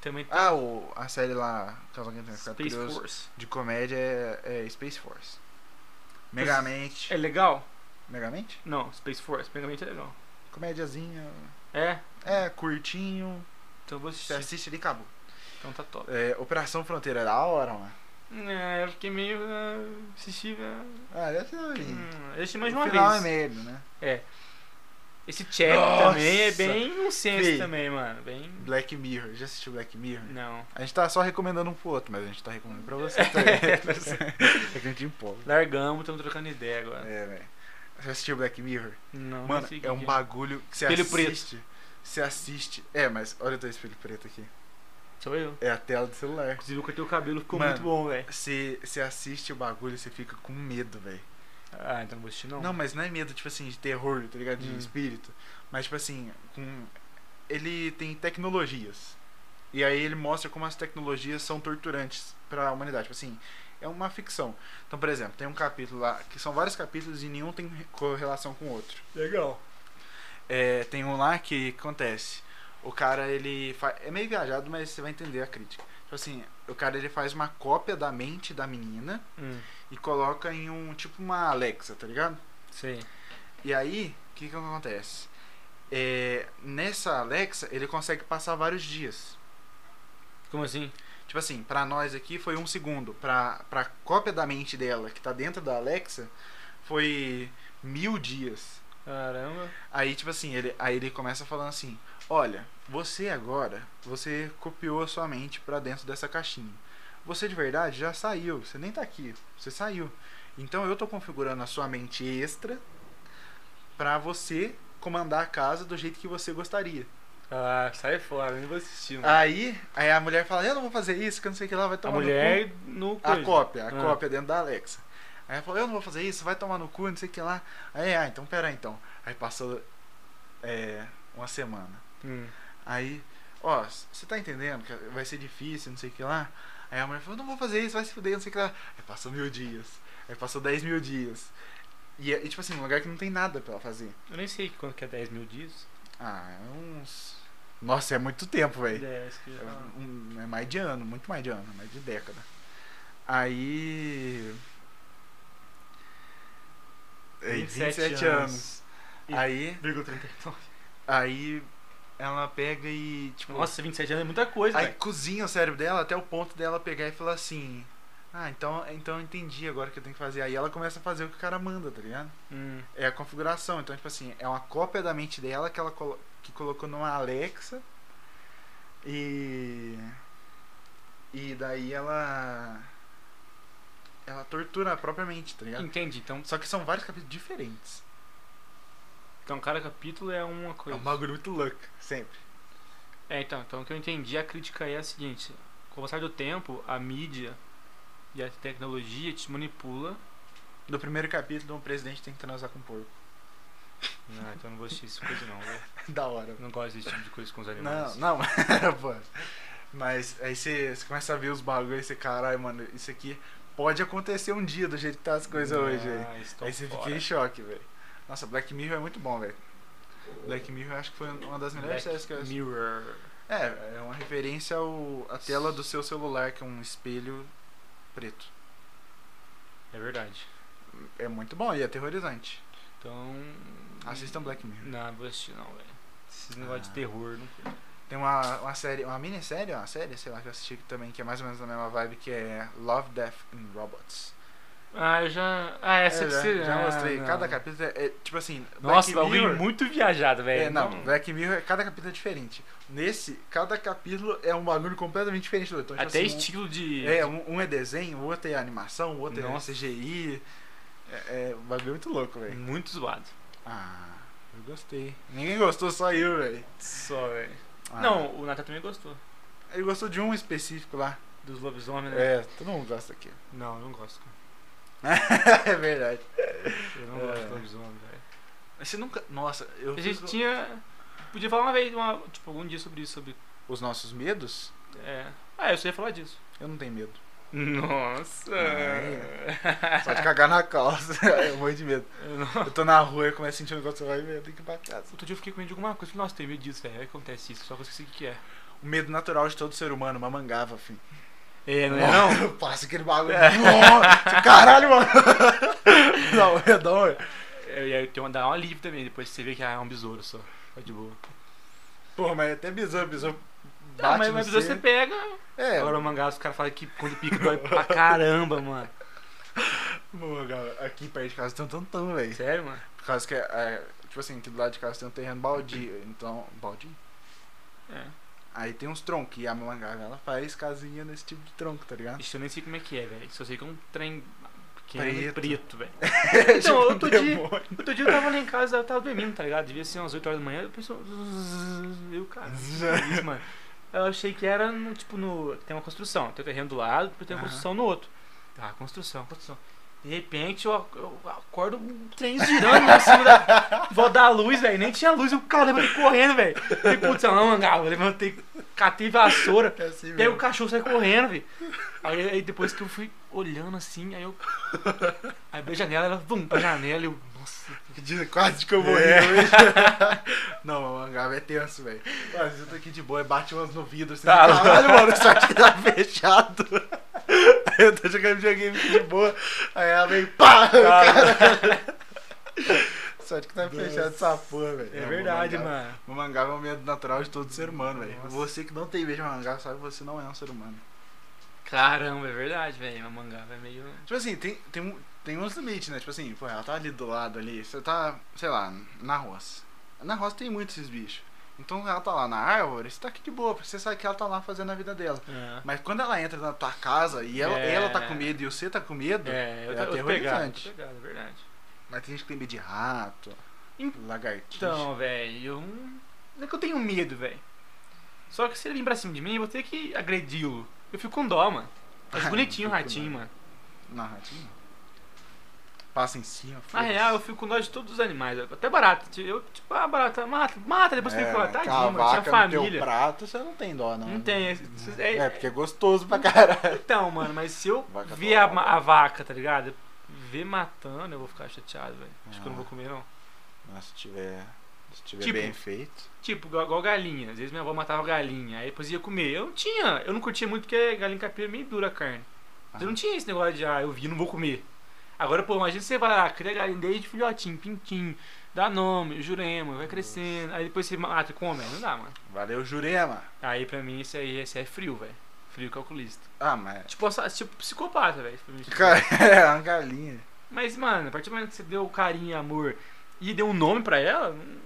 Speaker 1: Também tem
Speaker 2: Ah, o, a série lá, caso alguém tenha ficado
Speaker 1: Space
Speaker 2: curioso,
Speaker 1: Force.
Speaker 2: de comédia é, é Space Force. Megamente.
Speaker 1: É legal?
Speaker 2: Megamente?
Speaker 1: Não, Space Force. Pegamente é legal.
Speaker 2: Comédiazinha.
Speaker 1: É?
Speaker 2: É, curtinho.
Speaker 1: Então eu vou
Speaker 2: Você
Speaker 1: assistir.
Speaker 2: assiste ali e acabou.
Speaker 1: Então tá top.
Speaker 2: É, Operação Fronteira, da hora, mano.
Speaker 1: É, eu fiquei meio... ah, assisti... ah,
Speaker 2: Ah, deve ser ali.
Speaker 1: hum, eu assisti Hum, mais de
Speaker 2: o é
Speaker 1: uma
Speaker 2: final
Speaker 1: vez.
Speaker 2: é merda, né?
Speaker 1: É. Esse check
Speaker 2: Nossa.
Speaker 1: também é bem
Speaker 3: um
Speaker 1: incenso
Speaker 2: Fih.
Speaker 1: também, mano. Bem.
Speaker 2: Black Mirror. Já assistiu Black Mirror?
Speaker 1: Não.
Speaker 2: A gente tá só recomendando um pro outro, mas a gente tá recomendando pra você
Speaker 1: <laughs>
Speaker 2: também.
Speaker 1: tá
Speaker 2: é que a gente empolga.
Speaker 1: Largamos, estamos trocando ideia agora.
Speaker 2: É, velho. Já assistiu Black Mirror?
Speaker 1: Não, não
Speaker 2: Mano,
Speaker 1: sei o que
Speaker 2: é um
Speaker 1: que
Speaker 2: bagulho que você
Speaker 1: Espelho preto.
Speaker 2: assiste. Você assiste. É, mas olha o teu espelho preto aqui.
Speaker 1: Sou eu.
Speaker 2: É a tela do celular.
Speaker 1: Inclusive, eu cortei o cabelo, ficou
Speaker 2: Mano.
Speaker 1: muito bom, velho.
Speaker 2: Você, você assiste o bagulho e você fica com medo, velho.
Speaker 3: Ah, então não vou assistir não.
Speaker 2: Não. mas não é medo, tipo assim, de terror, tá ligado? De
Speaker 3: Hum.
Speaker 2: espírito. Mas, tipo assim, com... ele tem tecnologias. E aí ele mostra como as tecnologias são torturantes pra humanidade. Tipo assim, é uma ficção. Então, por exemplo, tem um capítulo lá, que são vários capítulos e nenhum tem correlação com o outro.
Speaker 3: Legal.
Speaker 2: É, tem um lá que acontece. O cara, ele. fa- É meio viajado, mas você vai entender a crítica. Tipo assim, o cara ele faz uma cópia da mente da menina
Speaker 3: Hum,
Speaker 2: e coloca em um. Tipo uma Alexa, tá ligado?
Speaker 3: sei.
Speaker 2: E aí, o que, que acontece? É, nessa Alexa, ele consegue passar vários dias.
Speaker 3: Como assim?
Speaker 2: Tipo assim, pra nós aqui foi um segundo. Pra, pra cópia da mente dela, que tá dentro da Alexa, foi mil dias.
Speaker 3: Caramba.
Speaker 2: Aí, tipo assim, ele, aí ele começa falando assim: Olha, você agora, você copiou a sua mente pra dentro dessa caixinha. Você de verdade já saiu, você nem tá aqui, você saiu. Então eu tô configurando a sua mente extra pra você comandar a casa do jeito que você gostaria.
Speaker 3: Ah, sai fora, nem vou assistir, mano.
Speaker 2: Aí, aí a mulher fala: Eu não vou fazer isso, que eu não sei o que lá, vai
Speaker 3: a
Speaker 2: tomar Ah, no cu."
Speaker 3: mulher no
Speaker 2: A
Speaker 3: coisa.
Speaker 2: cópia, a
Speaker 3: Ah.
Speaker 2: cópia dentro da Alexa. Aí ela falou, eu não vou fazer isso, vai tomar no cu, não sei o que lá. Aí, ah, então pera aí, então. Aí passou é, uma semana.
Speaker 3: Hum.
Speaker 2: Aí, ó, você tá entendendo que vai ser difícil, não sei o que lá. Aí a mulher falou, não vou fazer isso, vai se fuder, não sei o que lá. Aí passou mil dias. Aí passou dez mil dias. E, é- e, tipo assim, um lugar que não tem nada pra ela fazer.
Speaker 3: Eu nem sei quanto que é 10 mil dias.
Speaker 2: Ah, é uns. Nossa, é muito tempo, velho.
Speaker 3: 10 que já...
Speaker 2: É, um- é mais de ano, muito mais de ano, mais de década. Aí. É,
Speaker 3: 27 anos. E-
Speaker 2: Aí,
Speaker 3: Vírgula 39.
Speaker 2: aí ela pega e, tipo,
Speaker 1: Nossa, 27 anos é muita coisa,
Speaker 2: aí
Speaker 1: velho.
Speaker 2: cozinha o cérebro dela até o ponto dela pegar e falar assim: Ah, então, então eu entendi agora o que eu tenho que fazer. Aí ela começa a fazer o que o cara manda, tá ligado?
Speaker 3: Hum.
Speaker 2: É a configuração. Então, tipo assim, é uma cópia da mente dela que ela colo- que colocou numa Alexa. E. E daí ela. Ela tortura a própria mente, tá ligado?
Speaker 1: Entendi. Então,
Speaker 2: Só que são vários capítulos diferentes.
Speaker 1: então, cada capítulo é uma
Speaker 2: É
Speaker 1: coisa.
Speaker 2: um bagulho muito louco, sempre.
Speaker 1: É, então, então o que eu entendi, a crítica é a seguinte: com o passar do tempo, a mídia e a tecnologia te manipula.
Speaker 2: No primeiro capítulo, um presidente tem que transar com um porco. <laughs>
Speaker 3: Não, então eu não vou assistir essa coisa não, velho.
Speaker 2: da hora.
Speaker 3: Eu Não gosto desse tipo de coisa com os
Speaker 2: Não,
Speaker 3: animais.
Speaker 2: não, <laughs> pô. Mas aí você você começa a ver os bagulhos e você, caralho, mano, isso aqui pode acontecer um dia do jeito que tá as coisas hoje aí.
Speaker 3: Ah, estou
Speaker 2: Aí você
Speaker 3: fora.
Speaker 2: fica em choque, velho. Nossa, Black Mirror é muito bom, velho. Black Mirror eu acho que foi uma das melhores
Speaker 1: é
Speaker 2: séries que eu assisti.
Speaker 1: Mirror.
Speaker 2: É, é uma referência ao a tela do seu celular, que é um espelho preto.
Speaker 3: É verdade.
Speaker 2: É muito bom e é aterrorizante.
Speaker 1: Então.
Speaker 2: Assistam Black Mirror.
Speaker 1: Não, não vou assistir não, velho. Esses negócios
Speaker 2: Ah.
Speaker 1: de terror, não curto.
Speaker 2: Tem uma, uma série, uma minissérie, uma série, sei lá, que eu assisti também, que é mais ou menos na mesma vibe, que é Love, Death and Robots.
Speaker 1: Ah, eu já. Ah, essa
Speaker 2: eu
Speaker 1: que
Speaker 2: já,
Speaker 1: você.
Speaker 2: É, já
Speaker 1: ah,
Speaker 2: mostrei.
Speaker 1: não.
Speaker 2: Cada capítulo é, é, tipo assim.
Speaker 3: Nossa,
Speaker 2: Black
Speaker 3: bagulho
Speaker 2: Mirror,
Speaker 3: muito viajado, velho.
Speaker 1: né?
Speaker 2: É, não, Black Mirror, cada capítulo é diferente. Nesse, cada capítulo é um bagulho completamente diferente do outro. Então,
Speaker 1: Até
Speaker 2: tipo assim, um-
Speaker 1: estilo de.
Speaker 2: É, um, um é desenho, o outro é animação, o outro
Speaker 3: Nossa.
Speaker 2: é CGI. É, é um bagulho muito louco, velho.
Speaker 1: Muito zoado.
Speaker 2: Ah, eu gostei. Ninguém gostou, só eu, velho.
Speaker 3: Só, velho.
Speaker 2: Ah,
Speaker 1: Não, o Nathan também gostou.
Speaker 2: Ele gostou de um específico lá.
Speaker 3: Dos lobisomens, né?
Speaker 2: É, todo mundo gosta aqui.
Speaker 1: Não, eu não gosto. cara.
Speaker 2: é verdade.
Speaker 1: Eu não
Speaker 2: É.
Speaker 1: gosto de lobisomem, velho.
Speaker 2: Mas Você nunca. Nossa, eu.
Speaker 1: A
Speaker 2: fico-
Speaker 1: gente tinha. Podia falar uma vez, uma, tipo, algum dia sobre isso, sobre.
Speaker 2: Os nossos medos?
Speaker 1: É. Ah, eu só ia falar disso.
Speaker 2: Eu não tenho medo.
Speaker 3: Nossa!
Speaker 2: Ah, Só de cagar na calça. <laughs> eu morro de medo.
Speaker 1: é. Eu não-
Speaker 2: Eu tô na rua e começo a sentir um negócio, eu medo, tem que ir pra casa.
Speaker 1: Outro dia eu fiquei com medo de alguma coisa. Falei, nossa, tem medo disso, velho. Aí acontece isso, só que eu esqueci o que que é.
Speaker 2: O medo natural de todo ser humano, uma mangava, filho.
Speaker 1: É, não é não?
Speaker 2: <laughs>
Speaker 1: É.
Speaker 2: Eu passo aquele bagulho. <laughs> Nossa,
Speaker 1: <laughs>
Speaker 2: caralho, mano. Não, é da hora.
Speaker 1: Eu ia ter uma, dar uma livre também, depois você vê que ah, é um besouro só. Tá de boa.
Speaker 2: Porra, mas é até besouro, besouro.
Speaker 1: Ah,
Speaker 2: Bate
Speaker 1: mas,
Speaker 2: no
Speaker 1: mas besouro
Speaker 2: ser.
Speaker 1: você pega.
Speaker 2: É,
Speaker 1: Agora o mangá, os caras falam que quando pica dói pra caramba, mano.
Speaker 2: mano, cara, aqui perto de casa tem um tantão, velho.
Speaker 1: Sério, mano?
Speaker 2: Por causa que é, Tipo assim, aqui do lado de casa tem um terreno baldio. Então, baldio?
Speaker 1: É.
Speaker 2: Aí tem uns troncos. E a mangava, ela faz casinha nesse tipo de tronco,
Speaker 1: <laughs>
Speaker 2: tá ligado?
Speaker 1: Isso eu nem sei como é que é, velho. Só sei que é um trem pequeno
Speaker 2: Preto.
Speaker 1: preto, velho. <laughs>
Speaker 2: É
Speaker 1: Então,
Speaker 2: um
Speaker 1: outro dia-
Speaker 2: demônio.
Speaker 1: Outro dia eu tava lá em casa, eu tava dormindo, tá ligado? Devia ser umas 8 horas da manhã, eu pensei. Eu, cara, que é
Speaker 2: <laughs>
Speaker 1: isso, mano. Eu achei que era no, tipo no. Tem uma construção, tem o terreno do lado, tem uma
Speaker 2: Aham.
Speaker 1: construção no outro. Tá, construção, construção. De repente eu, ac- eu acordo um trem girando lá em cima da. <laughs> Vou dar a luz, velho. Nem tinha luz, eu caramba, eu correndo, velho. Falei, putz, não, mangava. Eu Levantei, catei vassoura.
Speaker 2: É assim
Speaker 1: Daí o
Speaker 2: mesmo.
Speaker 1: cachorro sai correndo, velho. Aí, aí depois que eu fui olhando assim, aí eu. Aí abri a janela, ela, vum, pra janela, eu. Nossa.
Speaker 2: De- Quase que eu morri
Speaker 3: É.
Speaker 2: hoje. <laughs> Não, o mangava é tenso, velho. Às vezes eu tô aqui de boa e bate umas no vidro assim.
Speaker 3: Tá.
Speaker 2: Caralho, mano, isso aqui tá fechado. <laughs> Aí eu tô jogando videogame aqui de boa. Aí ela vem, pá! <laughs> Sorte que tá fechado essa porra, velho.
Speaker 3: É
Speaker 2: Não,
Speaker 3: verdade,
Speaker 2: o mangá-
Speaker 3: mano.
Speaker 2: O mangava é um medo natural de todo ser humano, velho.
Speaker 3: Nossa.
Speaker 2: Você que não tem medo de mangava, sabe que você não é um ser humano.
Speaker 1: Caramba, é verdade, velho. Uma mangava é meio.
Speaker 2: Tipo assim, tem, tem, um- tem uns limites, né? Tipo assim, pô, ela tá ali do lado ali, você tá, sei lá, na roça. Na roça tem muitos esses bichos. Então ela tá lá na árvore, você tá aqui de boa, porque você sabe que ela tá lá fazendo a vida dela. Mas quando ela entra na tua casa e ela,
Speaker 1: É.
Speaker 2: ela tá com medo e você tá com medo,
Speaker 1: É, eu
Speaker 2: é
Speaker 1: tô- eu tô pegado,
Speaker 2: aterrorizante.
Speaker 1: tô pegado, é verdade.
Speaker 2: mas tem gente que tem medo de rato,
Speaker 1: Em-
Speaker 2: lagartixa.
Speaker 1: Então, velho, eu. não- Não é que eu tenho medo, velho. Só que se ele vir pra cima de mim, eu vou ter que agredi-lo. Eu fico com dó, mano. Mas
Speaker 2: Ah,
Speaker 1: bonitinho o
Speaker 2: não fico
Speaker 1: ratinho,
Speaker 2: com
Speaker 1: mano.
Speaker 2: Não, ratinho não. Passa em cima.
Speaker 1: Na
Speaker 2: foda-se.
Speaker 1: real, eu fico com dó de todos os animais, velho. até barata. Tipo, Eu, tipo, ah, barata, mata, mata, depois tem que falar,
Speaker 2: mas
Speaker 1: assim, tadinho, mano,
Speaker 2: É,
Speaker 1: tinha
Speaker 2: cavaca No teu
Speaker 1: família.
Speaker 2: prato, você não tem dó, não.
Speaker 1: Não tem, isso- é-
Speaker 2: É, porque é gostoso pra caralho.
Speaker 1: Então, mano, mas se eu
Speaker 2: Vaca
Speaker 1: ver a,
Speaker 2: atolada.
Speaker 1: ma- a vaca, tá ligado? Ver matando, eu vou ficar chateado, velho. Acho que eu não
Speaker 2: Ah.
Speaker 1: vou comer, não.
Speaker 2: Mas Ah, se tiver, se tiver
Speaker 1: Tipo-
Speaker 2: bem feito.
Speaker 1: Tipo, igual, igual galinha. Às vezes minha avó matava galinha, aí depois ia comer. Eu não tinha, eu não curtia muito porque galinha caipira é meio dura a carne. Então Eu não tinha esse negócio de, ah, eu vi, não vou comer. Agora, pô, imagina você vai lá, cria galinha desde filhotinho, pintinho, dá nome, jurema, vai crescendo. Aí depois você mata e come, aí não dá, mano.
Speaker 2: Valeu, Jurema.
Speaker 1: Aí pra mim isso aí, isso aí é frio, velho. Frio calculista.
Speaker 2: Ah, mas.
Speaker 1: Tipo, essa- tipo psicopata, velho. pra mim. tipo,
Speaker 2: Cara, <laughs> é
Speaker 1: <laughs>
Speaker 2: uma galinha.
Speaker 1: Mas, mano, a partir do momento que você deu carinho e amor e deu um nome pra ela, hum,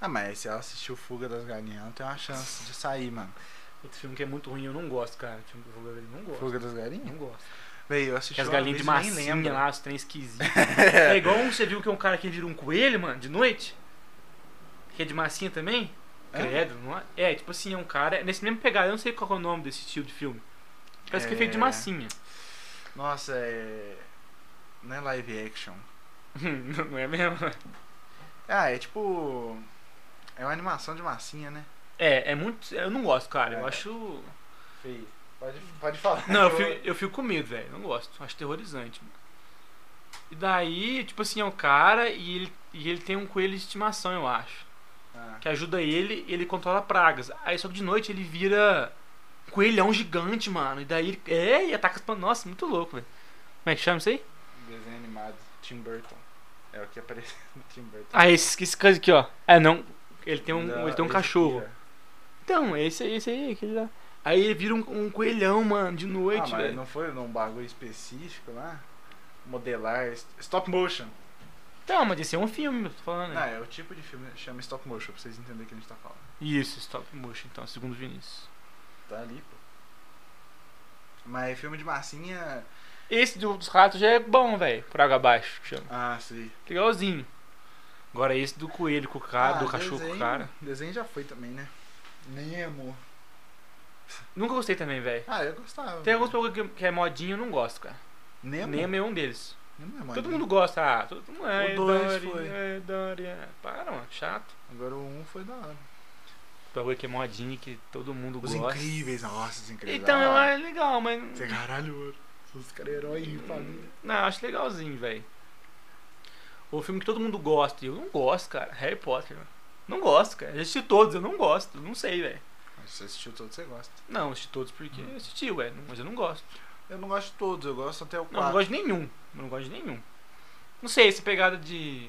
Speaker 2: Ah, mas se ela assistiu Fuga das Galinhas, ela não tem uma chance de sair, mano.
Speaker 1: outro filme que é muito ruim, eu não gosto, cara. Filme do Vogue, eu não gosto.
Speaker 2: Fuga das Galinhas?
Speaker 1: Não gosto.
Speaker 2: Véi, eu assisti
Speaker 1: Porque as
Speaker 2: uma
Speaker 1: galinhas de
Speaker 2: vez e nem
Speaker 1: massinha
Speaker 2: lembro.
Speaker 1: lá, os trem esquisitos. é igual um, você viu que é um cara que vira um coelho, mano, de noite? Que é de massinha também?
Speaker 2: É?
Speaker 1: Credo, não é? É, tipo assim, é um cara. Nesse mesmo pegada, eu não sei qual que é o nome desse estilo de filme. Parece que é feito de
Speaker 2: É.
Speaker 1: massinha.
Speaker 2: Nossa, é. Não é live action.
Speaker 1: <laughs> não não é mesmo?
Speaker 2: Ah, é tipo. É uma animação de massinha, né?
Speaker 1: É, é muito. Eu não gosto, cara. Eu
Speaker 2: É.
Speaker 1: acho.
Speaker 2: Feio. Pode, pode falar.
Speaker 1: Não, eu
Speaker 2: <laughs>
Speaker 1: fico, eu fico com medo, velho. Não gosto. Acho terrorizante, mano. E daí, tipo assim, é um cara e ele, e ele tem um coelho de estimação, eu acho.
Speaker 2: Ah,
Speaker 1: Que ajuda ele e ele controla pragas. Aí só que de noite ele vira um coelhão gigante, mano. E daí ele. É, e ataca as plantas. Nossa, muito louco, velho. Como é que chama isso aí?
Speaker 2: desenho animado. Tim Burton. É o que apareceu no Tim Burton.
Speaker 1: Ah, esse, esse coisa aqui, ó. É, não. Ele tem um,
Speaker 2: Da-
Speaker 1: ele tem um
Speaker 2: esse
Speaker 1: cachorro.
Speaker 2: aqui, ó.
Speaker 1: Então, é esse, aí- esse aí que ele dá. Aí ele vira um, um coelhão, mano, de
Speaker 2: ah,
Speaker 1: noite,
Speaker 2: mas
Speaker 1: velho.
Speaker 2: não foi num bagulho específico lá? Modelar, est- stop motion.
Speaker 1: Então, mas esse é um filme, eu tô falando.
Speaker 2: Não,
Speaker 1: né?
Speaker 2: é o tipo de filme que chama stop motion, pra vocês entenderem o que a gente tá falando.
Speaker 1: Isso, stop motion, então, segundo o Vinícius.
Speaker 2: Tá ali, pô. Mas filme de massinha.
Speaker 1: Esse do- dos ratos já é bom, velho. Por água abaixo, que chama.
Speaker 2: Ah, sei.
Speaker 1: Legalzinho. Agora esse do coelho com o cara,
Speaker 2: Ah,
Speaker 1: do cachorro com o cara.
Speaker 2: Desenho já foi também, né? Nem amor.
Speaker 1: Nunca gostei também, velho.
Speaker 2: Ah, eu gostava.
Speaker 1: Tem alguns bagulho que, que é modinha eu não gosto, cara.
Speaker 2: Nemo?
Speaker 1: Nem é meu um deles.
Speaker 2: Nemo é mãe.
Speaker 1: Todo mundo gosta, ah, todo mundo. Ai,
Speaker 2: dois
Speaker 1: Dori,
Speaker 2: foi.
Speaker 1: ai, Dori. ah. Para, mano, chato.
Speaker 2: Agora o 1 foi da hora.
Speaker 1: Bagulho que é modinha que todo mundo
Speaker 2: Os
Speaker 1: gosta.
Speaker 2: incríveis, nossa, os incríveis.
Speaker 1: Então, eu
Speaker 2: ah,
Speaker 1: acho legal, mas.
Speaker 2: Você caralho, os caras herói em família.
Speaker 1: Não, eu acho legalzinho, velho. O filme que todo mundo gosta, e eu não gosto, cara. Harry Potter, mano. Não gosto, cara. Já assisti todos, eu não gosto. Não sei, velho.
Speaker 2: Mas você assistiu todos, você gosta.
Speaker 1: Não, assisti todos porque
Speaker 2: Hum.
Speaker 1: eu assisti, ué. não- Mas eu não gosto.
Speaker 2: Eu não gosto de todos, eu gosto até o
Speaker 1: Não, eu não
Speaker 2: 4.
Speaker 1: gosto de nenhum. Eu não gosto de nenhum. Não sei, essa pegada de.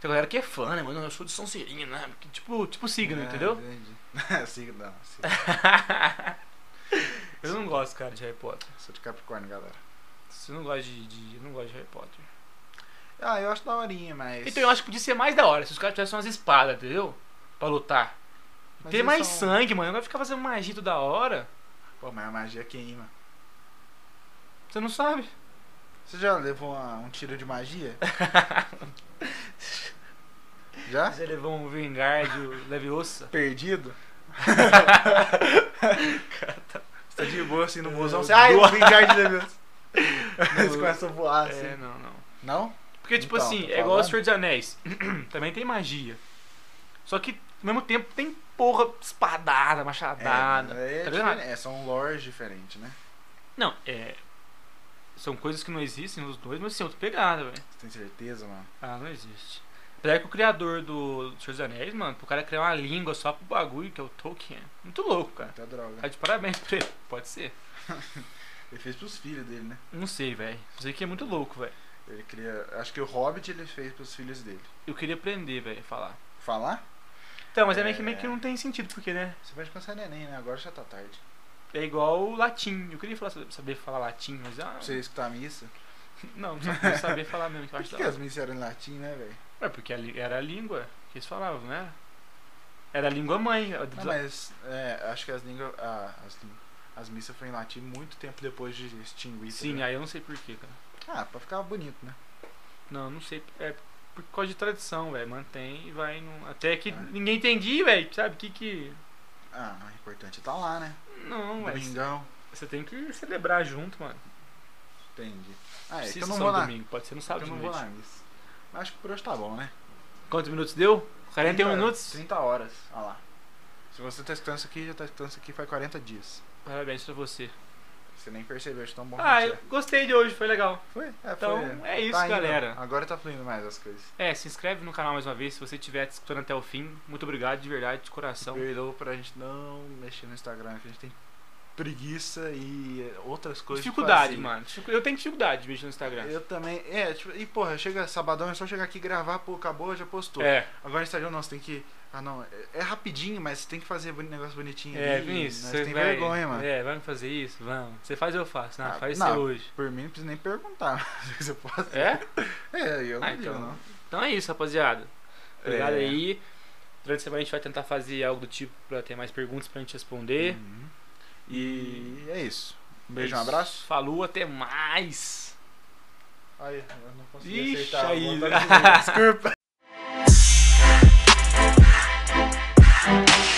Speaker 1: Tem galera que é fã, né? Mas eu sou de São Cirino, né? Que Tipo, tipo signo,
Speaker 2: É,
Speaker 1: entendeu?
Speaker 2: entendi. <laughs> signo, não. Signo.
Speaker 1: eu não gosto, cara, de Harry Potter.
Speaker 2: Sou de Capricórnio, galera.
Speaker 1: Eu não gosto de. de- eu não gosto de Harry Potter.
Speaker 2: Ah, eu acho daorinha, mas.
Speaker 1: Então eu acho que podia ser mais da hora se os caras tivessem umas espadas, entendeu? Pra lutar.
Speaker 2: mas
Speaker 1: Ter
Speaker 2: eles
Speaker 1: mais
Speaker 2: são-
Speaker 1: sangue, mano. Agora ficar fazendo magia toda hora.
Speaker 2: Pô, mas a magia queima.
Speaker 1: Você não sabe.
Speaker 2: Você já levou uma- um tiro de <laughs> magia? já? é
Speaker 1: Você levou um Vingardio Leviosa.
Speaker 2: Perdido? <laughs> Você tá de boa assim no busão. Você... Ai,
Speaker 1: Do-
Speaker 2: brincar de <laughs> Deus. Eles
Speaker 1: No-
Speaker 2: começam a voar assim.
Speaker 1: É, não, não.
Speaker 2: Não?
Speaker 1: Porque, tipo
Speaker 2: Então,
Speaker 1: assim,
Speaker 2: tá
Speaker 1: é igual o
Speaker 2: falando?
Speaker 1: Senhor dos Anéis. <clears throat> Também tem magia. Só que, ao mesmo tempo, tem porra espadada, machadada.
Speaker 2: É, é,
Speaker 1: tá ligado?
Speaker 2: diferente. é, são lores diferentes, né?
Speaker 1: Não, é. São coisas que não existem nos dois, mas tem outra pegada, velho.
Speaker 2: Você tem certeza, mano?
Speaker 1: Ah, não existe. Apesar que o criador do Senhor dos Anéis, mano, pro cara criar uma língua só pro bagulho, que é o Tolkien. Muito louco, cara.
Speaker 2: Até droga.
Speaker 1: Tá de parabéns pra ele. Pode ser.
Speaker 2: Ele fez pros filhos dele, né?
Speaker 1: Não sei, velho. Sei que é muito louco, velho.
Speaker 2: Ele cria. Acho que o Hobbit ele fez pros filhos dele.
Speaker 1: Eu queria aprender, velho, a falar.
Speaker 2: Falar?
Speaker 1: Então, mas é, meio,
Speaker 2: É.
Speaker 1: que, meio que não tem sentido, porque, né?
Speaker 2: Você pode pensar neném, né? Agora já tá tarde.
Speaker 1: É igual o latim. Eu queria falar- saber falar latim, mas. Ah,
Speaker 2: Pra você escutar a missa.
Speaker 1: Não, só queria saber falar mesmo, que
Speaker 2: <laughs>
Speaker 1: eu
Speaker 2: Por
Speaker 1: acho
Speaker 2: que,
Speaker 1: da
Speaker 2: que
Speaker 1: hora.
Speaker 2: as missas eram em latim, né, velho?
Speaker 1: É, porque a li- era a língua que eles falavam, né? Era a língua mãe. a-
Speaker 2: Não, mas é, acho que as línguas. ah, as, línguas- as missas foram em latim muito tempo depois de extinguir. tá
Speaker 1: Sim,
Speaker 2: ligado?
Speaker 1: aí eu não sei porquê, cara.
Speaker 2: Ah, pra ficar bonito, né?
Speaker 1: Não, não sei. É por causa de tradição, velho. Mantém e vai. num- Até que
Speaker 2: É.
Speaker 1: ninguém entendia, velho. Sabe o que que.
Speaker 2: Ah, o importante é tá lá, né?
Speaker 1: Não, é velho.
Speaker 2: Domingão.
Speaker 1: Você tem que celebrar junto, mano.
Speaker 2: Entendi. Ah, é
Speaker 1: Precisa
Speaker 2: que eu não
Speaker 1: ser
Speaker 2: vou
Speaker 1: um
Speaker 2: na,
Speaker 1: domingo, pode ser no
Speaker 2: que eu
Speaker 1: sábado de
Speaker 2: não vou
Speaker 1: noite.
Speaker 2: na missa. Mas acho que por hoje tá bom, né?
Speaker 1: Quantos minutos deu? 41 minutos?
Speaker 2: 30 horas, olha lá. Se você tá escutando isso aqui, já tá escutando isso aqui faz 40 dias.
Speaker 1: Parabéns pra você.
Speaker 2: Você nem percebeu de tão bom
Speaker 1: Ah,
Speaker 2: que
Speaker 1: eu
Speaker 2: é.
Speaker 1: gostei de hoje, foi legal.
Speaker 2: Foi? É,
Speaker 1: Então,
Speaker 2: foi.
Speaker 1: é isso,
Speaker 2: Tá indo.
Speaker 1: galera.
Speaker 2: Agora tá fluindo mais as coisas.
Speaker 1: É, se inscreve no canal mais uma vez se você estiver escutando até o fim. Muito obrigado, de verdade, de coração.
Speaker 2: Perdoa pra gente não mexer no Instagram, que a gente tem preguiça e eh, outras coisas. de
Speaker 1: Dificuldade,
Speaker 2: fazer.
Speaker 1: mano. Dificu- Eu tenho dificuldade de mexer no Instagram.
Speaker 2: Eu também. É, tipo, e porra, chega sabadão, é só chegar aqui gravar, pô, acabou, já postou.
Speaker 1: É,
Speaker 2: Agora tá no Instagram não, você tem que. Ah não, é- é rapidinho, mas você tem que fazer boni- negócio bonitinho
Speaker 1: é,
Speaker 2: ali,
Speaker 1: Vinícius.
Speaker 2: nós
Speaker 1: você
Speaker 2: tem
Speaker 1: vai-
Speaker 2: vergonha, mano.
Speaker 1: É, vamos fazer isso? Vamos. Você faz ou eu faço? Não,
Speaker 2: Ah,
Speaker 1: faz
Speaker 2: não.
Speaker 1: você hoje.
Speaker 2: Por mim não precisa nem perguntar. <laughs> Você pode...
Speaker 1: É?
Speaker 2: É, eu não
Speaker 1: Ah,
Speaker 2: digo,
Speaker 1: então.
Speaker 2: não.
Speaker 1: Então é isso, rapaziada. Obrigado
Speaker 2: É.
Speaker 1: aí. Durante a semana a gente vai tentar fazer algo do tipo pra ter mais perguntas pra gente responder.
Speaker 2: Uhum. E é isso. Um
Speaker 1: É
Speaker 2: beijo, um
Speaker 1: isso.
Speaker 2: abraço.
Speaker 1: Falou, até mais.
Speaker 2: Aí, eu não
Speaker 1: consegui acertar, vou
Speaker 2: aí.
Speaker 1: voltar no
Speaker 2: Desculpa.